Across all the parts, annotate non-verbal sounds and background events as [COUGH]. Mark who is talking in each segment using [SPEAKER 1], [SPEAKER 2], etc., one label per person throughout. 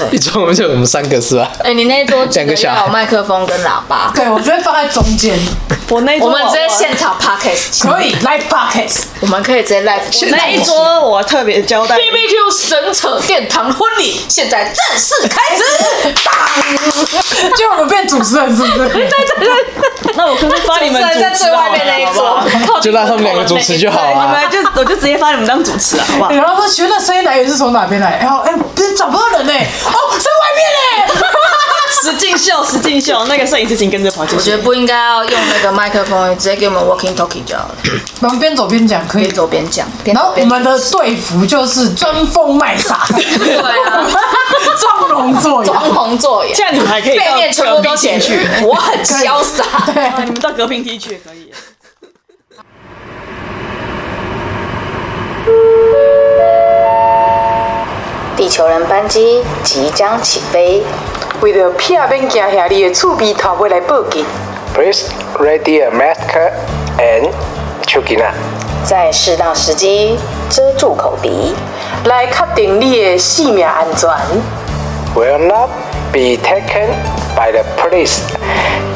[SPEAKER 1] [LAUGHS] 一桌我们就我们三个是吧？ [LAUGHS]
[SPEAKER 2] 哎、你那一桌记
[SPEAKER 1] 两个
[SPEAKER 2] 得
[SPEAKER 1] 小
[SPEAKER 2] 要
[SPEAKER 1] 孩
[SPEAKER 2] 有麦克风跟喇叭，
[SPEAKER 3] 对，我觉得放在中间。我那一
[SPEAKER 2] 我
[SPEAKER 3] 桌
[SPEAKER 2] 们直接现场 podcast，
[SPEAKER 3] 可以 live podcast
[SPEAKER 2] 我们可以直接 live。
[SPEAKER 4] 那一桌我特别交
[SPEAKER 2] [LAUGHS]
[SPEAKER 4] 代
[SPEAKER 2] B B Q 神扯殿堂婚礼现在正式开始，
[SPEAKER 3] 结果我们变主持人
[SPEAKER 2] [LAUGHS]
[SPEAKER 3] 是不是？
[SPEAKER 4] 那我可不可以帮你们主
[SPEAKER 2] 哎啊在
[SPEAKER 4] 持
[SPEAKER 2] 最
[SPEAKER 4] 好
[SPEAKER 2] 外
[SPEAKER 4] 了
[SPEAKER 2] 面那一
[SPEAKER 4] 好不好
[SPEAKER 2] 桌，
[SPEAKER 1] 就让他们两个主持就好啊
[SPEAKER 4] 对，你
[SPEAKER 1] 了。
[SPEAKER 4] 们就我就直接发你们当主持啊好
[SPEAKER 2] [LAUGHS]
[SPEAKER 4] 不好？
[SPEAKER 3] 然后说，请问那声音来源是从哪边来？然后哎，不是找不到人呢、哦，在外面呢、
[SPEAKER 4] 石敬秀，石敬秀，那个摄影师请跟着跑进
[SPEAKER 2] 我
[SPEAKER 4] 去
[SPEAKER 2] 觉。得不应该要用那个麦克风，直接给我们 walking talking 就好了，
[SPEAKER 3] 我们边走边讲可以
[SPEAKER 2] 边。走边讲，边
[SPEAKER 3] 然
[SPEAKER 2] 走
[SPEAKER 3] 后我
[SPEAKER 2] 边
[SPEAKER 3] 们的队服就是装疯
[SPEAKER 2] [LAUGHS]
[SPEAKER 3] 卖傻，
[SPEAKER 2] 对啊，
[SPEAKER 3] 装聋
[SPEAKER 2] [LAUGHS]
[SPEAKER 3] 作哑。
[SPEAKER 2] 装聋作哑
[SPEAKER 4] 这，样你们还可以
[SPEAKER 2] 背
[SPEAKER 4] 到
[SPEAKER 2] 面全部都写去，我很潇洒。
[SPEAKER 4] 啊， [LAUGHS] 你们到隔屏梯去也可以。
[SPEAKER 2] 地球人班机即将起飞，
[SPEAKER 3] 为了避免惊吓你的厝边头尾来报警，
[SPEAKER 5] Please ready a mask and chukina.
[SPEAKER 2] 在适当时机遮住口鼻。
[SPEAKER 3] 来确定你的性命安全。
[SPEAKER 5] Will not be taken by the police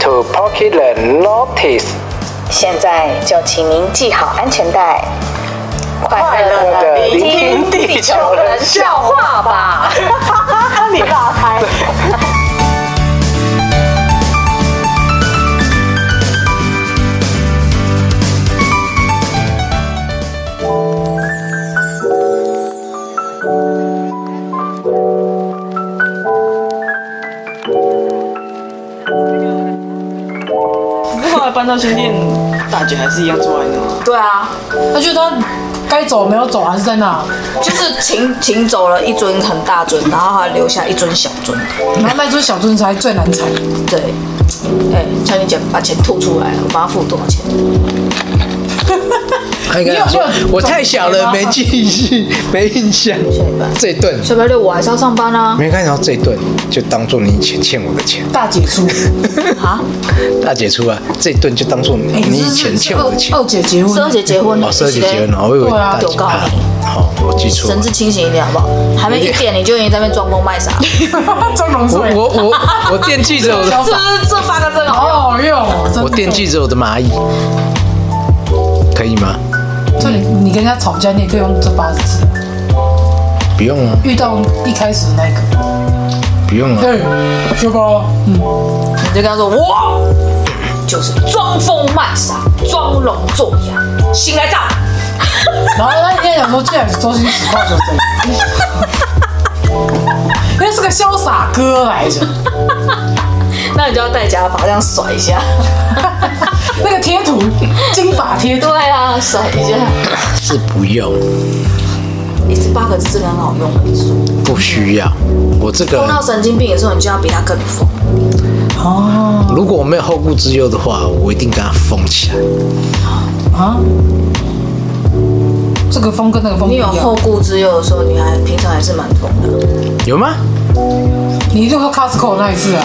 [SPEAKER 5] to pocket the notice.
[SPEAKER 2] 现在就请您系好安全带，快
[SPEAKER 5] 乐
[SPEAKER 2] 乐
[SPEAKER 5] 地
[SPEAKER 2] 的
[SPEAKER 5] 聆
[SPEAKER 2] 聆
[SPEAKER 5] 听
[SPEAKER 2] 听
[SPEAKER 5] 地
[SPEAKER 2] 地
[SPEAKER 5] 球
[SPEAKER 2] 球
[SPEAKER 5] 人
[SPEAKER 2] 人
[SPEAKER 5] 笑
[SPEAKER 2] 笑话吧。
[SPEAKER 4] 你打开。后来搬到新店，大姐还是一样坐在那吗？
[SPEAKER 2] 对啊，
[SPEAKER 3] 那就他该走没有走，还是在那。
[SPEAKER 2] 就是秦秦走了一尊很大尊，然后还留下一尊小尊。
[SPEAKER 3] 然后那尊小尊才最难踩。
[SPEAKER 2] 对，哎、叫你姐把钱吐出来，我帮她付多少钱？
[SPEAKER 1] 他应该讲说
[SPEAKER 3] 你有没有
[SPEAKER 1] 我太小了，没记忆，没印象。这一顿
[SPEAKER 2] 下礼拜六我还是要上班啊。
[SPEAKER 1] 没看到这一顿，就当做你以前欠我的钱，
[SPEAKER 3] 大姐出，
[SPEAKER 2] 啊，
[SPEAKER 1] 大姐出啊，这一顿就当做你
[SPEAKER 3] 哎
[SPEAKER 1] 你以
[SPEAKER 3] 是哦
[SPEAKER 1] 前
[SPEAKER 3] 是
[SPEAKER 1] 欠我的钱。
[SPEAKER 3] 二姐结婚
[SPEAKER 2] 十
[SPEAKER 3] 了，
[SPEAKER 2] 二
[SPEAKER 3] [LAUGHS]
[SPEAKER 2] 姐结婚了，
[SPEAKER 1] 哦，十二姐结婚了，我以为
[SPEAKER 3] 对啊
[SPEAKER 1] 大姐
[SPEAKER 2] 有告
[SPEAKER 1] 怕
[SPEAKER 2] 你。
[SPEAKER 1] 好，我记错了
[SPEAKER 2] 神。志清醒一点好不好？还没一点你就已经在那边装疯卖
[SPEAKER 1] [LAUGHS]
[SPEAKER 2] 傻，是
[SPEAKER 3] 装聋
[SPEAKER 1] 我
[SPEAKER 3] 作哑。
[SPEAKER 1] 我我我惦记着我的，
[SPEAKER 2] 不是这八个字好用？
[SPEAKER 3] 好好用哦，真的
[SPEAKER 1] 我惦记着我的蚂蚁，可以吗？
[SPEAKER 3] 所以你你跟人家吵架，你也可以用这八个字。
[SPEAKER 1] 不用啊，
[SPEAKER 3] 遇到一开始的那一个，
[SPEAKER 1] 不用啊。
[SPEAKER 3] 对，小宝，
[SPEAKER 2] 你就跟他说我就是装疯卖傻、装聋作哑，醒来吧。
[SPEAKER 3] [LAUGHS] 然后他应该想说，既然周星驰到就这样，因为是个潇洒哥来着，
[SPEAKER 2] 那你就要戴假发这样甩一下。
[SPEAKER 3] 那个贴图，金发贴图
[SPEAKER 2] 对，啊，甩一下。
[SPEAKER 1] 哦是不用，
[SPEAKER 2] 你这八个字真的很好用，我跟你说。
[SPEAKER 1] 不需要。我这个
[SPEAKER 2] 碰到
[SPEAKER 1] 人
[SPEAKER 2] 神经病的时候，你就要比他更疯。
[SPEAKER 1] 如果我没有后顾之忧的话，我一定跟他疯起来。
[SPEAKER 3] 啊，这个风跟那个风不
[SPEAKER 2] 你
[SPEAKER 3] 一
[SPEAKER 2] 有
[SPEAKER 3] 样，
[SPEAKER 2] 后顾之忧的时候，你还平常还是蛮疯的。
[SPEAKER 1] 有吗
[SPEAKER 3] 你就说 Costco 那一次啊，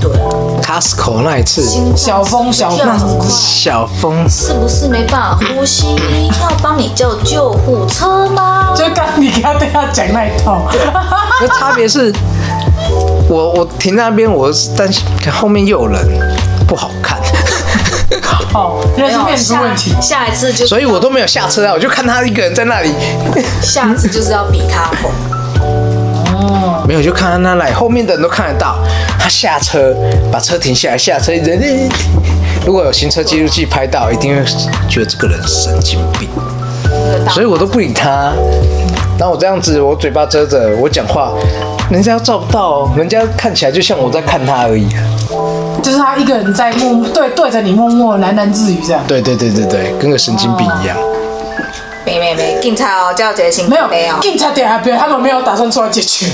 [SPEAKER 2] 对啊，
[SPEAKER 1] ？Costco 那一次，
[SPEAKER 3] 小风小风
[SPEAKER 2] 跳很快
[SPEAKER 1] 小风
[SPEAKER 2] 是不是没办法呼吸？要帮你叫救护车吗？
[SPEAKER 3] 就刚你跟他对他讲那一套，
[SPEAKER 1] 那差别是，我我停那边，我是担心后面又有人，不好看，
[SPEAKER 3] 哦，原来是面子
[SPEAKER 2] 下
[SPEAKER 3] 问题，
[SPEAKER 2] 下一次就
[SPEAKER 1] 所以我都没有下车啊，我就看他一个人在那里，
[SPEAKER 2] 下次就是要比他疯。
[SPEAKER 1] 啊没有就看他那里，后面的人都看得到，他下车把车停下来，下车人，如果有行车记录器拍到，一定会觉得这个人神经病，所以我都不理他，然后我这样子，我嘴巴遮着，我讲话，人家照不到哦，人家看起来就像我在看他而已。
[SPEAKER 3] 就是他一个人在默默对对着你默默喃喃自语这样。
[SPEAKER 1] 对对对对对，跟个神经病一样。
[SPEAKER 2] 没没没，警察哦，叫杰行
[SPEAKER 3] 没有
[SPEAKER 2] 没有，
[SPEAKER 3] 警察点还不要，他们没有打算出来解决。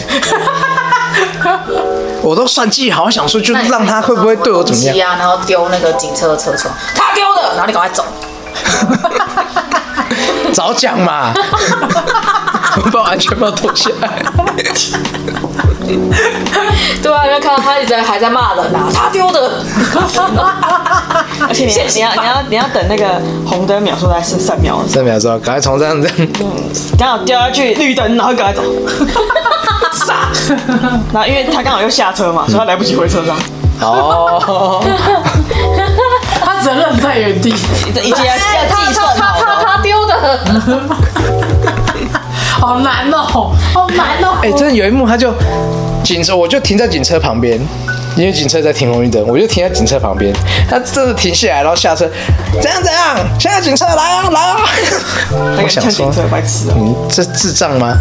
[SPEAKER 1] 我都算计好，想说就
[SPEAKER 2] 那你
[SPEAKER 1] 让他会不会对我怎么
[SPEAKER 2] 东西
[SPEAKER 1] 样？
[SPEAKER 2] 啊？然后丢那个警车车窗，他丢的，然后你赶快走。
[SPEAKER 1] 早讲嘛， [LAUGHS] 我把我安全帽脱下来。
[SPEAKER 2] 对啊，因为看到他一直在还在骂人啊，他丢的。
[SPEAKER 4] 而且你
[SPEAKER 2] 现
[SPEAKER 4] 你要
[SPEAKER 2] 行吧
[SPEAKER 4] 你要你要等那个红灯秒数大概是三秒的时
[SPEAKER 1] 三秒钟，赶快从山上这样。
[SPEAKER 4] 候，刚好掉下去绿灯，然后赶快
[SPEAKER 2] [LAUGHS]
[SPEAKER 4] 走，傻。然后因为他刚好又下车嘛，所以他来不及回车上，
[SPEAKER 2] 哎
[SPEAKER 1] 哦，
[SPEAKER 3] 他只能愣在原地。
[SPEAKER 4] 以及要要计算好
[SPEAKER 2] 他
[SPEAKER 4] 的哦。
[SPEAKER 2] 他丢的，
[SPEAKER 3] 好难哦，好难哦。
[SPEAKER 1] 哎、真的有一幕，他就警车，我就停在警车旁边，因为警车在停红绿灯，我就停在警车旁边。他真的停下来，然后下车，怎样怎样，现在警车来啊来啊！ [LAUGHS]
[SPEAKER 4] 那
[SPEAKER 1] 我
[SPEAKER 4] 个
[SPEAKER 1] 想说
[SPEAKER 4] 像警，车白痴啊，
[SPEAKER 1] 你这智障吗？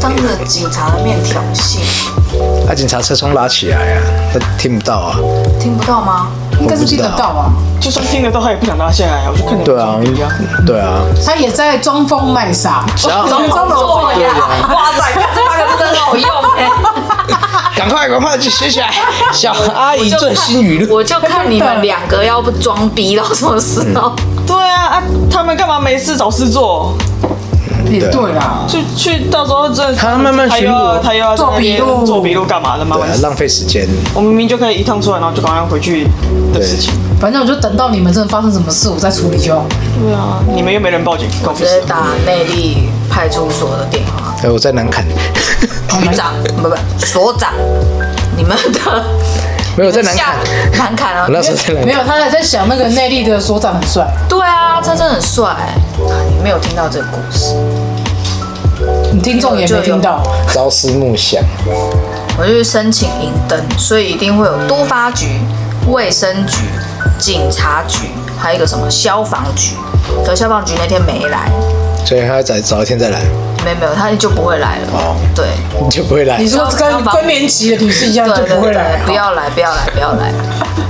[SPEAKER 2] 当着警察的面挑衅，
[SPEAKER 1] 把啊警察车窗拉起来啊，他听不到啊。
[SPEAKER 2] 听不到吗？
[SPEAKER 3] 应该是听得到吧？
[SPEAKER 4] 就算听得到他也不想拉下来啊，我就看你们
[SPEAKER 1] 对啊
[SPEAKER 4] 装逼啊。，
[SPEAKER 1] 对啊，
[SPEAKER 3] 他也在装疯卖傻，
[SPEAKER 1] 要
[SPEAKER 3] 装聋作哑。
[SPEAKER 2] 哇塞，这八个字真的好用
[SPEAKER 1] [LAUGHS]
[SPEAKER 2] 哎！
[SPEAKER 1] 赶快赶快去写起来，小阿姨最新语录。
[SPEAKER 2] 我就看你们两个要不装逼到什么时候？
[SPEAKER 1] 嗯
[SPEAKER 4] 对啊啊，他们干嘛没事找事做？
[SPEAKER 3] 也哎对啊啦，
[SPEAKER 4] 去去，到时候这
[SPEAKER 1] 他慢慢
[SPEAKER 4] 他
[SPEAKER 1] 巡
[SPEAKER 4] 又要
[SPEAKER 1] 逻
[SPEAKER 4] 他又要在那边
[SPEAKER 3] 做笔录
[SPEAKER 4] 做笔录干嘛的？慢
[SPEAKER 1] 对
[SPEAKER 4] 慢
[SPEAKER 1] 啊，浪费时间。
[SPEAKER 4] 我明明就可以一趟出来，然后就赶快回去的事情。
[SPEAKER 3] 反正我就等到你们真的发生什么事，我再处理就好。
[SPEAKER 4] 对啊，你们又没人报警，搞
[SPEAKER 2] 直
[SPEAKER 4] 不
[SPEAKER 2] 接
[SPEAKER 4] 是？
[SPEAKER 2] 打内地派出所的电话，
[SPEAKER 1] 哎，我在南坎，
[SPEAKER 2] 局
[SPEAKER 1] 哦
[SPEAKER 2] 长不不所长，你们的
[SPEAKER 1] 没有在南
[SPEAKER 2] 下
[SPEAKER 1] 坎，
[SPEAKER 2] 难砍啊
[SPEAKER 1] 我！那时候在南
[SPEAKER 3] 没
[SPEAKER 1] 坎。
[SPEAKER 3] 有，他还在想那个内力的所长很帅，
[SPEAKER 2] 对啊，他真的很帅哎！你没有听到这个故事，
[SPEAKER 3] 你听众也没听到。
[SPEAKER 1] 朝思暮想，
[SPEAKER 2] 我就去申请银灯，所以一定会有都发局、卫生局、警察局，还有一个什么消防局。可消防局那天没来，
[SPEAKER 1] 所以他再找一天再来，
[SPEAKER 2] 没没有，他就不会来了。
[SPEAKER 1] 哦
[SPEAKER 2] 对，
[SPEAKER 1] 你就不会来
[SPEAKER 3] 你。说跟更年期的女士一样就
[SPEAKER 2] 对对
[SPEAKER 3] 不会
[SPEAKER 2] 对
[SPEAKER 3] 来，，
[SPEAKER 2] 不要来，不要来，不要来。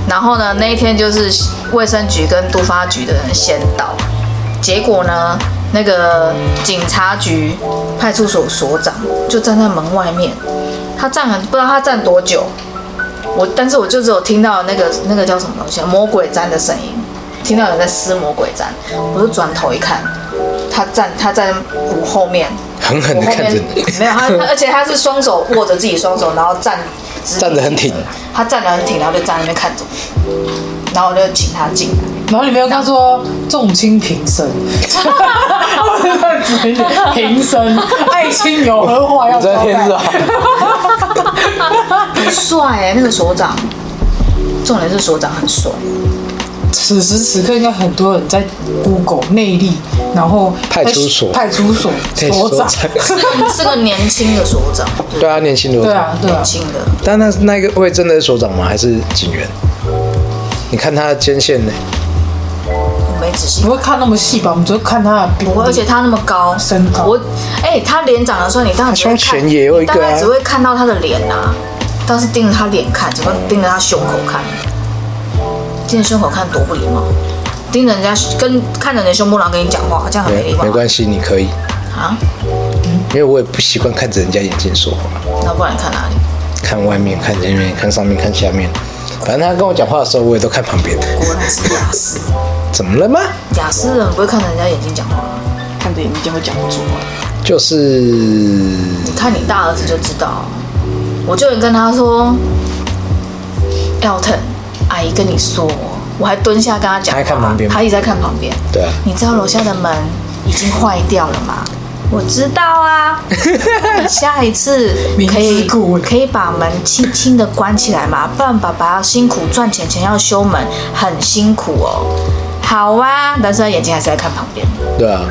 [SPEAKER 2] 然后呢，那一天就是卫生局跟都发局的人先到，结果呢，那个警察局派出所所长就站在门外面，他站很不知道他站多久，我但是我就只有听到那个那个叫什么东西啊，魔鬼毡的声音，听到有人在撕魔鬼毡，我就转头一看，他站他站我后面，
[SPEAKER 1] 狠狠
[SPEAKER 2] 我
[SPEAKER 1] 地
[SPEAKER 2] 后
[SPEAKER 1] 看着
[SPEAKER 2] 面
[SPEAKER 1] [LAUGHS] 你，
[SPEAKER 2] 没有他，
[SPEAKER 1] [LAUGHS]
[SPEAKER 2] 他而且他是双手握着自己双手，然后站直
[SPEAKER 1] 站得很挺，
[SPEAKER 2] 他站得很挺，然后就站在那边看着我，然后我就请他进来，
[SPEAKER 3] 然后你没有跟他说众卿平身，平身，爱卿有何话要
[SPEAKER 1] 你
[SPEAKER 3] 交
[SPEAKER 1] 在天
[SPEAKER 3] 代？
[SPEAKER 1] 上，
[SPEAKER 2] 很帅哎、那个所长，重点是所长很帅，
[SPEAKER 3] 此时此刻，应该很多人在 Google 内力，然后
[SPEAKER 1] 派出所
[SPEAKER 3] 派出所
[SPEAKER 1] 对
[SPEAKER 3] 所长，
[SPEAKER 1] 哎所长
[SPEAKER 2] [LAUGHS] 是个年轻的所长，
[SPEAKER 1] 对啊，年轻的。
[SPEAKER 3] 对啊，对啊
[SPEAKER 2] 年，轻的，
[SPEAKER 1] 但那那个位真的是所长吗？还是警员？你看他的肩线呢？
[SPEAKER 2] 我没仔细
[SPEAKER 3] 不。会看那么细吧？我们只会看他的比例
[SPEAKER 2] 不会，而且他那么高，
[SPEAKER 3] 身高
[SPEAKER 2] 我哎、他脸长的时候，你当然只会
[SPEAKER 1] 他胸
[SPEAKER 2] 看，
[SPEAKER 1] 前也有一个啊
[SPEAKER 2] 你大概只会看到他的脸啊，但是盯着他脸看，只会盯着他胸口看，盯着胸口看多不礼貌，盯着人家跟看着人家胸部然后跟你讲话，这样很没礼貌
[SPEAKER 1] 没关系，你可以，
[SPEAKER 2] 啊。
[SPEAKER 1] 因为我也不习惯看着人家眼睛说话，
[SPEAKER 2] 那不然你看哪里？
[SPEAKER 1] 看外面，看前面，看上面，看下面。反正他跟我讲话的时候，我也都看旁边。
[SPEAKER 2] 果然是雅思，
[SPEAKER 1] 怎么了吗？
[SPEAKER 2] 雅思人不会看着人家眼睛讲话。
[SPEAKER 4] 看着眼睛会讲不出话。
[SPEAKER 1] 就是
[SPEAKER 2] 你看你大儿子就知道，我就跟他说，Elton，阿姨跟你说，我还蹲下跟他讲话，
[SPEAKER 1] 他还看旁边吗
[SPEAKER 2] 他一直在看旁边。
[SPEAKER 1] 对啊
[SPEAKER 2] 你知道楼下的门已经坏掉了吗？我知道
[SPEAKER 1] [LAUGHS]
[SPEAKER 2] 啊，你下一次可
[SPEAKER 3] 明
[SPEAKER 2] 以
[SPEAKER 3] 知故
[SPEAKER 1] 欸
[SPEAKER 3] 问
[SPEAKER 2] 可以把门轻轻的关起来嘛，不然爸爸要辛苦赚钱，钱要修门，很辛苦哦。好啊，但是他眼睛还是在看旁边。
[SPEAKER 1] 对啊，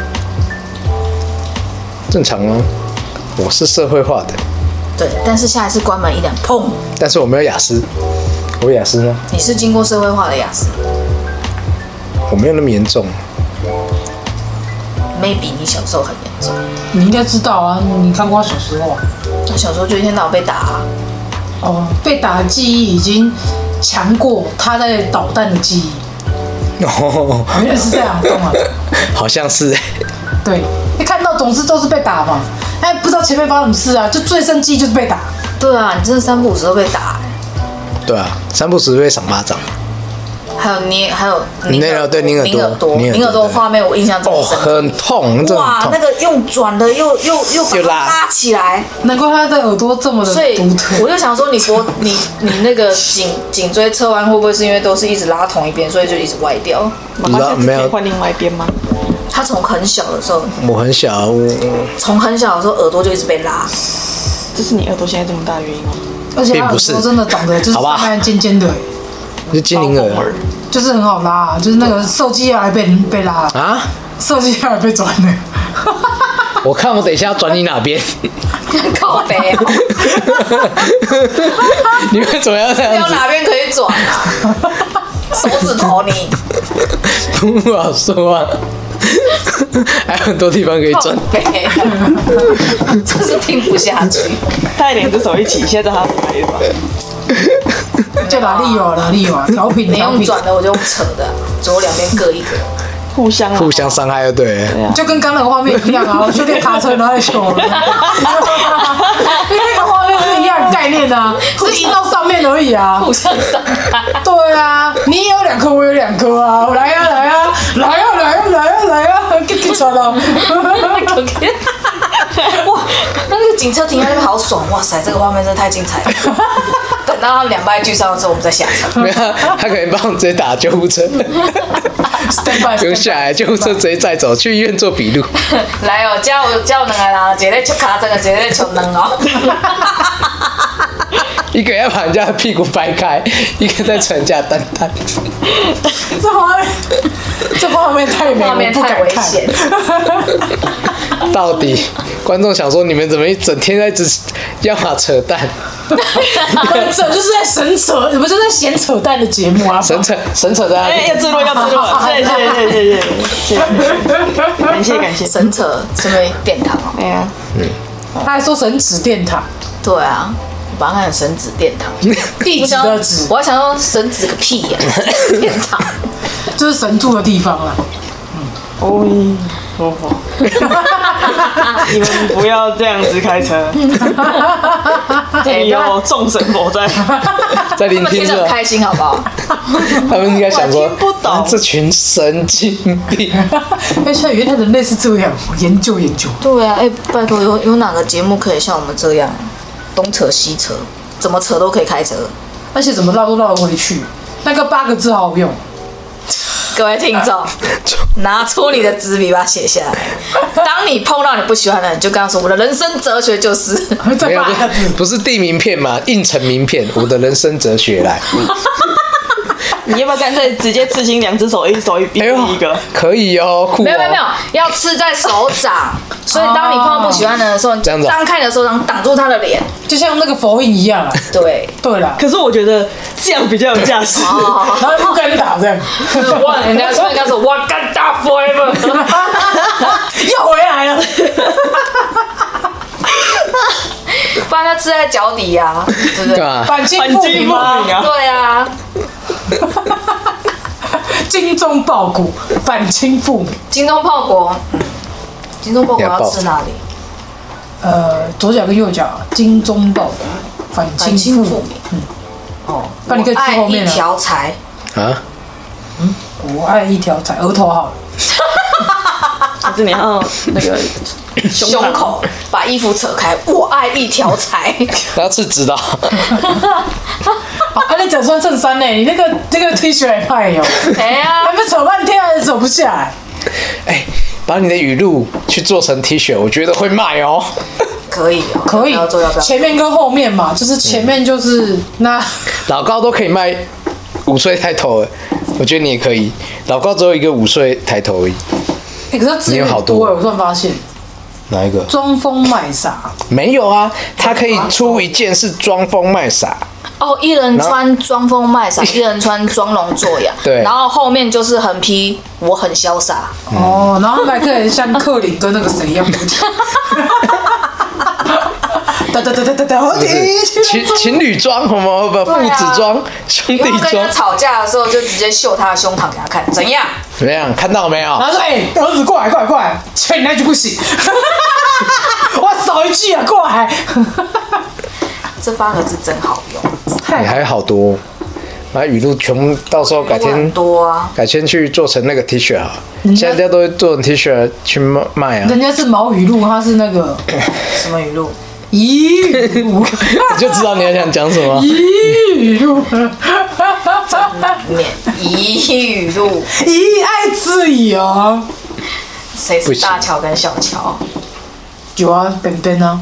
[SPEAKER 1] 正常哦。我是社会化的，
[SPEAKER 2] 对，但是下一次关门一点，砰！
[SPEAKER 1] 但是我没有雅思。我有雅思吗？
[SPEAKER 2] 你是经过社会化的雅思
[SPEAKER 1] 我没有那么严重。
[SPEAKER 3] [LAUGHS]
[SPEAKER 2] ，maybe 你小时候很严重，
[SPEAKER 3] 你应该知道啊，你看过他小时候啊。
[SPEAKER 2] 他小时候就一天到晚被打、啊，
[SPEAKER 3] 哦，被打的记忆已经强过他在捣蛋的记忆，
[SPEAKER 1] 哦，
[SPEAKER 3] 好像是这样，懂 [LAUGHS] 吗？
[SPEAKER 1] [LAUGHS] 好像是，
[SPEAKER 3] 对，一看到总是都是被打嘛，哎，不知道前面发生什么事啊，就最生气就是被打。
[SPEAKER 2] 对啊，你真的三不五时都被打、欸，
[SPEAKER 1] 对啊，三不时会赏巴掌，
[SPEAKER 2] 还有捏，还有
[SPEAKER 1] 那个对拧耳
[SPEAKER 2] 拧
[SPEAKER 1] 朵
[SPEAKER 2] 耳朵，
[SPEAKER 1] 拧耳朵
[SPEAKER 2] 拧耳朵的画面我印象最
[SPEAKER 1] 哦，
[SPEAKER 2] 深刻。
[SPEAKER 1] 很痛，真的很
[SPEAKER 2] 哇，那
[SPEAKER 1] 痛。
[SPEAKER 2] 个用转的又又又把它
[SPEAKER 1] 又拉
[SPEAKER 2] 拉起来，
[SPEAKER 3] 难怪他的耳朵这么的
[SPEAKER 2] 所以
[SPEAKER 3] 独特。
[SPEAKER 2] 我就想说你脖你你那个颈颈椎侧弯会不会是因为都是一直拉同一边，所以就一直歪掉？
[SPEAKER 4] 妈
[SPEAKER 1] 你
[SPEAKER 4] 妈
[SPEAKER 1] 知道
[SPEAKER 4] 下次
[SPEAKER 1] 没
[SPEAKER 4] 可以
[SPEAKER 1] 有
[SPEAKER 4] 换另外一边吗？
[SPEAKER 2] 他从很小的时候，
[SPEAKER 1] 我很小，我
[SPEAKER 2] 从很小的时候耳朵就一直被拉，
[SPEAKER 4] 这是你耳朵现在这么大的原因吗？
[SPEAKER 3] 而且他
[SPEAKER 1] 并
[SPEAKER 3] 耳
[SPEAKER 1] 不是
[SPEAKER 3] 朵真的长得就是
[SPEAKER 1] 好吧
[SPEAKER 3] 慢慢尖尖的，
[SPEAKER 1] 是精灵
[SPEAKER 4] 包
[SPEAKER 1] 耳
[SPEAKER 3] 就是很好拉，就是那个受气还被被拉，
[SPEAKER 1] 啊！
[SPEAKER 3] 受气还被转 [LAUGHS] 的。
[SPEAKER 1] 我看我等一下要转你哪 [LAUGHS] 边，
[SPEAKER 2] 靠背、啊，
[SPEAKER 1] 你们怎么要这样
[SPEAKER 2] [LAUGHS] 要
[SPEAKER 1] 子？
[SPEAKER 2] 哪边可以转啊？手指头你
[SPEAKER 1] 不好说啊， [LAUGHS] 还有很多地方可以
[SPEAKER 2] 靠
[SPEAKER 1] 转。
[SPEAKER 2] [LAUGHS] 背、啊，真是听不下去。
[SPEAKER 4] 他两只手一起，现在他拍吧。
[SPEAKER 3] 就拉力友，拉力友，调频，
[SPEAKER 2] 你
[SPEAKER 3] 调
[SPEAKER 2] 用
[SPEAKER 3] 频，
[SPEAKER 2] 转的，我就用扯的啊，左右两边各一个。
[SPEAKER 4] 互相啊
[SPEAKER 1] 互相伤害就对啊了。
[SPEAKER 3] 就跟刚刚那个画面一样
[SPEAKER 2] [LAUGHS]
[SPEAKER 3] 啊！我去练卡车，然后在修，因为那个画面是一样的概念啊，只是移到上面而已啊。
[SPEAKER 2] 互相伤害。
[SPEAKER 3] 对啊，你也有两颗，我有两颗啊！我来呀、来呀、来呀、来呀、来呀、啊来呀、给给传了。
[SPEAKER 2] [LAUGHS] 哇，那个警车停在那边好爽！哇塞，这个画面真的太精彩了。等到他们两败俱伤的时候，我们再下车。
[SPEAKER 1] 没有，他可 [LAUGHS] 能帮我们直接打救护 [LAUGHS] 车，
[SPEAKER 3] Stand by，
[SPEAKER 1] 不用下来，救护车直接载走，去医院做笔录。
[SPEAKER 2] 来哦，叫我叫两个人，一个出卡车，一个出两哦。
[SPEAKER 1] 一个要把人家的屁股掰开，一个在传人家的蛋蛋。
[SPEAKER 3] 这画面，这画面太美，
[SPEAKER 2] 画面
[SPEAKER 3] 我不
[SPEAKER 2] 太
[SPEAKER 3] 敢
[SPEAKER 2] 危
[SPEAKER 3] 看。
[SPEAKER 2] 险，
[SPEAKER 1] 到底观众想说你们怎么一整天在只要么扯淡，
[SPEAKER 3] 这就是在神扯，你们就是在闲扯淡的节目啊！
[SPEAKER 1] 神扯神扯淡。
[SPEAKER 4] 哎，要自录要自录，谢谢谢谢谢谢谢谢，感谢感谢。
[SPEAKER 2] 神扯什么殿堂哦？
[SPEAKER 4] 哎呀，
[SPEAKER 3] 他还说神指殿堂，
[SPEAKER 2] 对啊，我把它看成神子殿堂。
[SPEAKER 3] 地址的址
[SPEAKER 2] 我还想说神子个屁呀、殿堂。
[SPEAKER 3] 就是神住的地方啊。
[SPEAKER 4] [LAUGHS] 哦，佛佛，你们不要这样子开 [LAUGHS] 车，
[SPEAKER 2] 哎
[SPEAKER 4] 有众神佛在。
[SPEAKER 2] 他
[SPEAKER 1] 在聆
[SPEAKER 2] 们
[SPEAKER 1] 听
[SPEAKER 2] 听
[SPEAKER 1] 是
[SPEAKER 2] 得很
[SPEAKER 1] 吧？
[SPEAKER 2] 开心，好不好？
[SPEAKER 1] 他们应该想说
[SPEAKER 4] 我听不懂
[SPEAKER 1] 啊这群神经病。
[SPEAKER 3] 哎，现在原来人类是这样，我研究研究。
[SPEAKER 2] 对啊，哎、拜托，有有哪个节目可以像我们这样东扯西扯，怎么扯都可以开车？
[SPEAKER 3] 而且怎么绕都绕得回去。那个八个字好用，
[SPEAKER 2] 各位听众，拿出你的纸笔把它写下来。当你碰到你不喜欢的人，你就跟他说：“我的人生哲学 [LAUGHS] 就是
[SPEAKER 3] 这
[SPEAKER 1] 没有
[SPEAKER 3] 八个字，
[SPEAKER 1] 不是递名片嘛，印成名片，我的人生哲学
[SPEAKER 2] [LAUGHS]
[SPEAKER 1] 来。
[SPEAKER 4] [LAUGHS] 你要不要干脆直接刺青两只手，一手一一
[SPEAKER 1] 哎
[SPEAKER 4] 个一个？，
[SPEAKER 1] 可以哦，酷哦。
[SPEAKER 2] 没有没有没有，要吃在手 [LAUGHS] 掌。所以当你碰到不喜欢的人的时候，你
[SPEAKER 1] 这样子啊
[SPEAKER 2] 张开你的手掌挡住他的脸。
[SPEAKER 3] 就像那个佛印一样啊。
[SPEAKER 2] 对，
[SPEAKER 3] 对啦，
[SPEAKER 4] 可是我觉得这样比较有价值。 [LAUGHS]
[SPEAKER 3] 然后不敢打
[SPEAKER 1] [LAUGHS]
[SPEAKER 3] 这样，
[SPEAKER 2] 哇，人家说应该是我干大 forever。
[SPEAKER 3] 又回
[SPEAKER 1] [LAUGHS]
[SPEAKER 3] 来了。
[SPEAKER 2] [LAUGHS] 不然他吃在脚底呀、对不
[SPEAKER 1] 对
[SPEAKER 2] 对？啊
[SPEAKER 1] 吧？
[SPEAKER 3] 反清复
[SPEAKER 4] 反清
[SPEAKER 3] 明
[SPEAKER 4] 复
[SPEAKER 3] 嘛，
[SPEAKER 4] 明啊！
[SPEAKER 2] 对啊，
[SPEAKER 3] 精忠报国，反清复明。
[SPEAKER 2] 精忠报国，嗯精忠报国要吃哪里？
[SPEAKER 3] 呃，左脚跟右脚，精忠报国，反
[SPEAKER 2] 反
[SPEAKER 3] 清
[SPEAKER 2] 清
[SPEAKER 3] 复
[SPEAKER 2] 复
[SPEAKER 3] 明。
[SPEAKER 2] 明。哦，
[SPEAKER 3] 那你可以吃
[SPEAKER 2] 我爱
[SPEAKER 3] 后面
[SPEAKER 2] 一
[SPEAKER 3] 了
[SPEAKER 2] 条柴，
[SPEAKER 1] 啊，
[SPEAKER 3] 我爱一条柴，额头好了，
[SPEAKER 4] 还是你要那个
[SPEAKER 2] 胸口把衣服扯开，我爱一条柴。
[SPEAKER 1] 然后是知
[SPEAKER 2] [LAUGHS]
[SPEAKER 1] 道，
[SPEAKER 3] 好，啊，你整穿衬衫呢？你那个那个 T 恤也派
[SPEAKER 2] [LAUGHS]
[SPEAKER 3] 哟，
[SPEAKER 2] 哎呀
[SPEAKER 3] 还，没扯半天，还扯不下来。
[SPEAKER 1] 哎，把你的语录去做成 T 恤，我觉得会卖哦。
[SPEAKER 2] 可以哦，
[SPEAKER 3] 可以
[SPEAKER 2] 要不要做要不，要？
[SPEAKER 3] 前面跟后面嘛，就是前面就是那
[SPEAKER 1] 老高都可以卖五岁抬头了，我觉得你也可以。老高只有一个五岁抬头而已，
[SPEAKER 3] 欸、可是他字
[SPEAKER 1] 你有好多
[SPEAKER 3] 我有算发现，
[SPEAKER 1] 哪一个？
[SPEAKER 3] 装疯卖傻，
[SPEAKER 1] 没有啊，他可以出一件是装疯卖傻，
[SPEAKER 2] 哦，一人穿装疯卖 [LAUGHS] 傻，一人穿装聋作哑，
[SPEAKER 1] 对
[SPEAKER 2] 然后后面就是横批，我很潇洒，
[SPEAKER 3] 哦，然后麦克也像克林跟那个 [LAUGHS] 谁一样，哒哒哒哒哒哒，我
[SPEAKER 1] 不是情情侣装，好吗？不，父子装，兄
[SPEAKER 2] 以
[SPEAKER 1] 弟
[SPEAKER 2] 后跟
[SPEAKER 1] 装
[SPEAKER 2] 他，吵架的时候就直接秀他的胸膛给他看，怎样？
[SPEAKER 1] 怎么样？看到没有？
[SPEAKER 3] 然后说：“哎、儿子过来，过来，过来！”切，你那句不行， [LAUGHS] 我少一句啊，过 [LAUGHS] 来！
[SPEAKER 2] [LAUGHS] 这八个字真好用，
[SPEAKER 1] 你还有好多，把语录全部到时候改天
[SPEAKER 2] 很多啊，
[SPEAKER 1] 改天去做成那个 T 恤啊，现在大家都会做成 T 恤去卖卖啊，
[SPEAKER 3] 人家是毛语录，他是那个 [LAUGHS]
[SPEAKER 2] 什么语录？
[SPEAKER 3] 咦语 [LAUGHS] 录，
[SPEAKER 1] 你就知道你要想讲什么。
[SPEAKER 3] 咦语录， [LAUGHS]
[SPEAKER 2] 免一语录，
[SPEAKER 3] 咦爱自由，
[SPEAKER 2] 谁
[SPEAKER 1] 不
[SPEAKER 2] 是
[SPEAKER 1] 行
[SPEAKER 2] 大乔跟小乔？
[SPEAKER 3] 有啊，本本啊，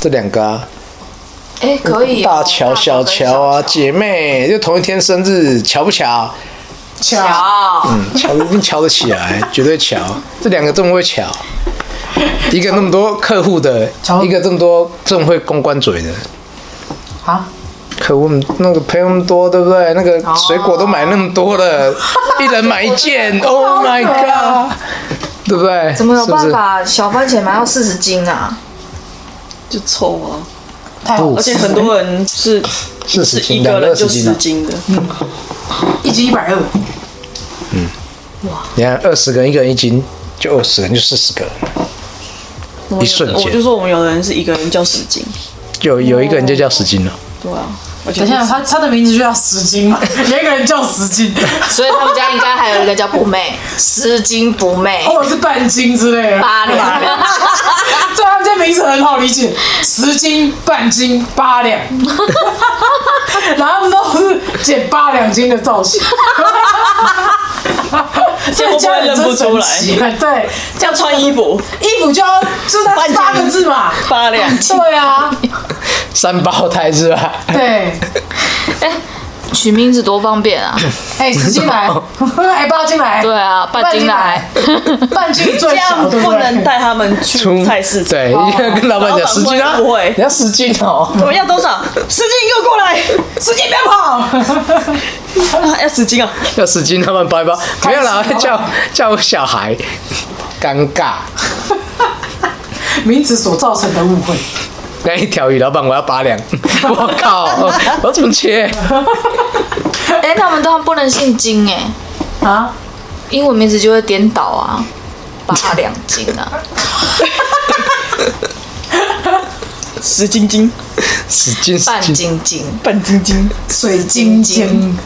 [SPEAKER 1] 这两个啊，
[SPEAKER 2] 哎，可以哦，
[SPEAKER 1] 大乔、小
[SPEAKER 2] 跟
[SPEAKER 1] 乔啊，姐妹就同一天生日，瞧不瞧？
[SPEAKER 3] 巧，
[SPEAKER 2] 乔，
[SPEAKER 1] 嗯，瞧一定瞧得起来，绝对瞧。这两个这么会瞧，一个那么多客户的，
[SPEAKER 3] 瞧
[SPEAKER 1] 一个这么多这么会公关嘴的。
[SPEAKER 3] 好，
[SPEAKER 1] 可我们那个赔那么多，对不对？那个水果都买那么多了，一人买一
[SPEAKER 2] [LAUGHS]
[SPEAKER 1] 件，Oh my god，对不对？
[SPEAKER 2] 怎么有
[SPEAKER 1] 是不
[SPEAKER 2] 办
[SPEAKER 1] 是？
[SPEAKER 2] 法小番茄买到四十斤啊？
[SPEAKER 4] 就臭啊！
[SPEAKER 3] 太好
[SPEAKER 4] 而
[SPEAKER 3] 了，
[SPEAKER 4] 且很多人是
[SPEAKER 1] 四十
[SPEAKER 4] 是
[SPEAKER 1] 斤
[SPEAKER 4] 一个
[SPEAKER 1] 两
[SPEAKER 4] 人就
[SPEAKER 1] 个二十斤啊
[SPEAKER 4] 十斤的，
[SPEAKER 3] 一斤一百二，
[SPEAKER 1] 你看二十个人，一个人一斤，就二十个人，就四十个人，
[SPEAKER 4] 我们
[SPEAKER 1] 一瞬
[SPEAKER 4] 我就
[SPEAKER 1] 间
[SPEAKER 4] 说我们有的人是一个人叫十斤，
[SPEAKER 1] 有有一个人就叫十斤了。
[SPEAKER 4] 对啊。而且
[SPEAKER 3] 等一下，他他的名字就叫十斤
[SPEAKER 4] [LAUGHS]
[SPEAKER 3] 嘛，有一个人叫十斤，
[SPEAKER 2] 所以他们家应该还有一个叫不 [LAUGHS] 妹，十斤不妹，
[SPEAKER 3] 或者是半斤之类的，
[SPEAKER 2] 哦八两，
[SPEAKER 3] 对他们这名字很好理解，十斤、半斤、
[SPEAKER 4] [LAUGHS]
[SPEAKER 3] 八两，然后他们都是剪八两斤的
[SPEAKER 4] [LAUGHS]
[SPEAKER 3] 造型，
[SPEAKER 4] 这样会不会认不出来
[SPEAKER 3] 啊对，
[SPEAKER 4] 这样穿衣服
[SPEAKER 3] 衣服就要就那
[SPEAKER 4] 半斤
[SPEAKER 3] 八个字嘛。
[SPEAKER 4] 八两，
[SPEAKER 3] 对啊，
[SPEAKER 4] [LAUGHS]
[SPEAKER 1] 三胞胎是吧？
[SPEAKER 3] 对，
[SPEAKER 2] 取名字多方便啊！
[SPEAKER 3] 哎，十斤
[SPEAKER 4] [LAUGHS]
[SPEAKER 3] 来，哎，八斤来，
[SPEAKER 2] 对 [LAUGHS] 啊，半斤来，
[SPEAKER 3] 半斤
[SPEAKER 4] [LAUGHS] 这
[SPEAKER 3] 最小，
[SPEAKER 4] 样
[SPEAKER 3] 对
[SPEAKER 4] 不
[SPEAKER 3] 对
[SPEAKER 4] 能带他们去
[SPEAKER 1] 出
[SPEAKER 4] 菜市场。哦
[SPEAKER 1] 对，一定要跟老板讲十斤啊，
[SPEAKER 4] 老板会不会
[SPEAKER 1] 你要十斤哦。 [LAUGHS]
[SPEAKER 4] 我们要多少？十斤，给我过来！
[SPEAKER 3] 十斤不要跑，
[SPEAKER 2] [LAUGHS]
[SPEAKER 4] 啊要十斤啊！
[SPEAKER 1] 要十斤，他们拜拜，没有啦，叫叫小孩，尴尬。
[SPEAKER 3] 名字所造成的误会。
[SPEAKER 1] 那一条鱼，老板我要八两， [LAUGHS] 我
[SPEAKER 4] [LAUGHS]
[SPEAKER 1] 靠，我怎么切？
[SPEAKER 2] 哎，他们都不能姓金哎，
[SPEAKER 3] 啊，
[SPEAKER 2] 英文名字就会颠倒啊，八两斤啊， [LAUGHS]
[SPEAKER 4] 十斤斤，
[SPEAKER 1] 十斤十
[SPEAKER 2] 半
[SPEAKER 1] 斤，
[SPEAKER 2] 斤斤。
[SPEAKER 4] 半斤斤，
[SPEAKER 3] 水晶晶，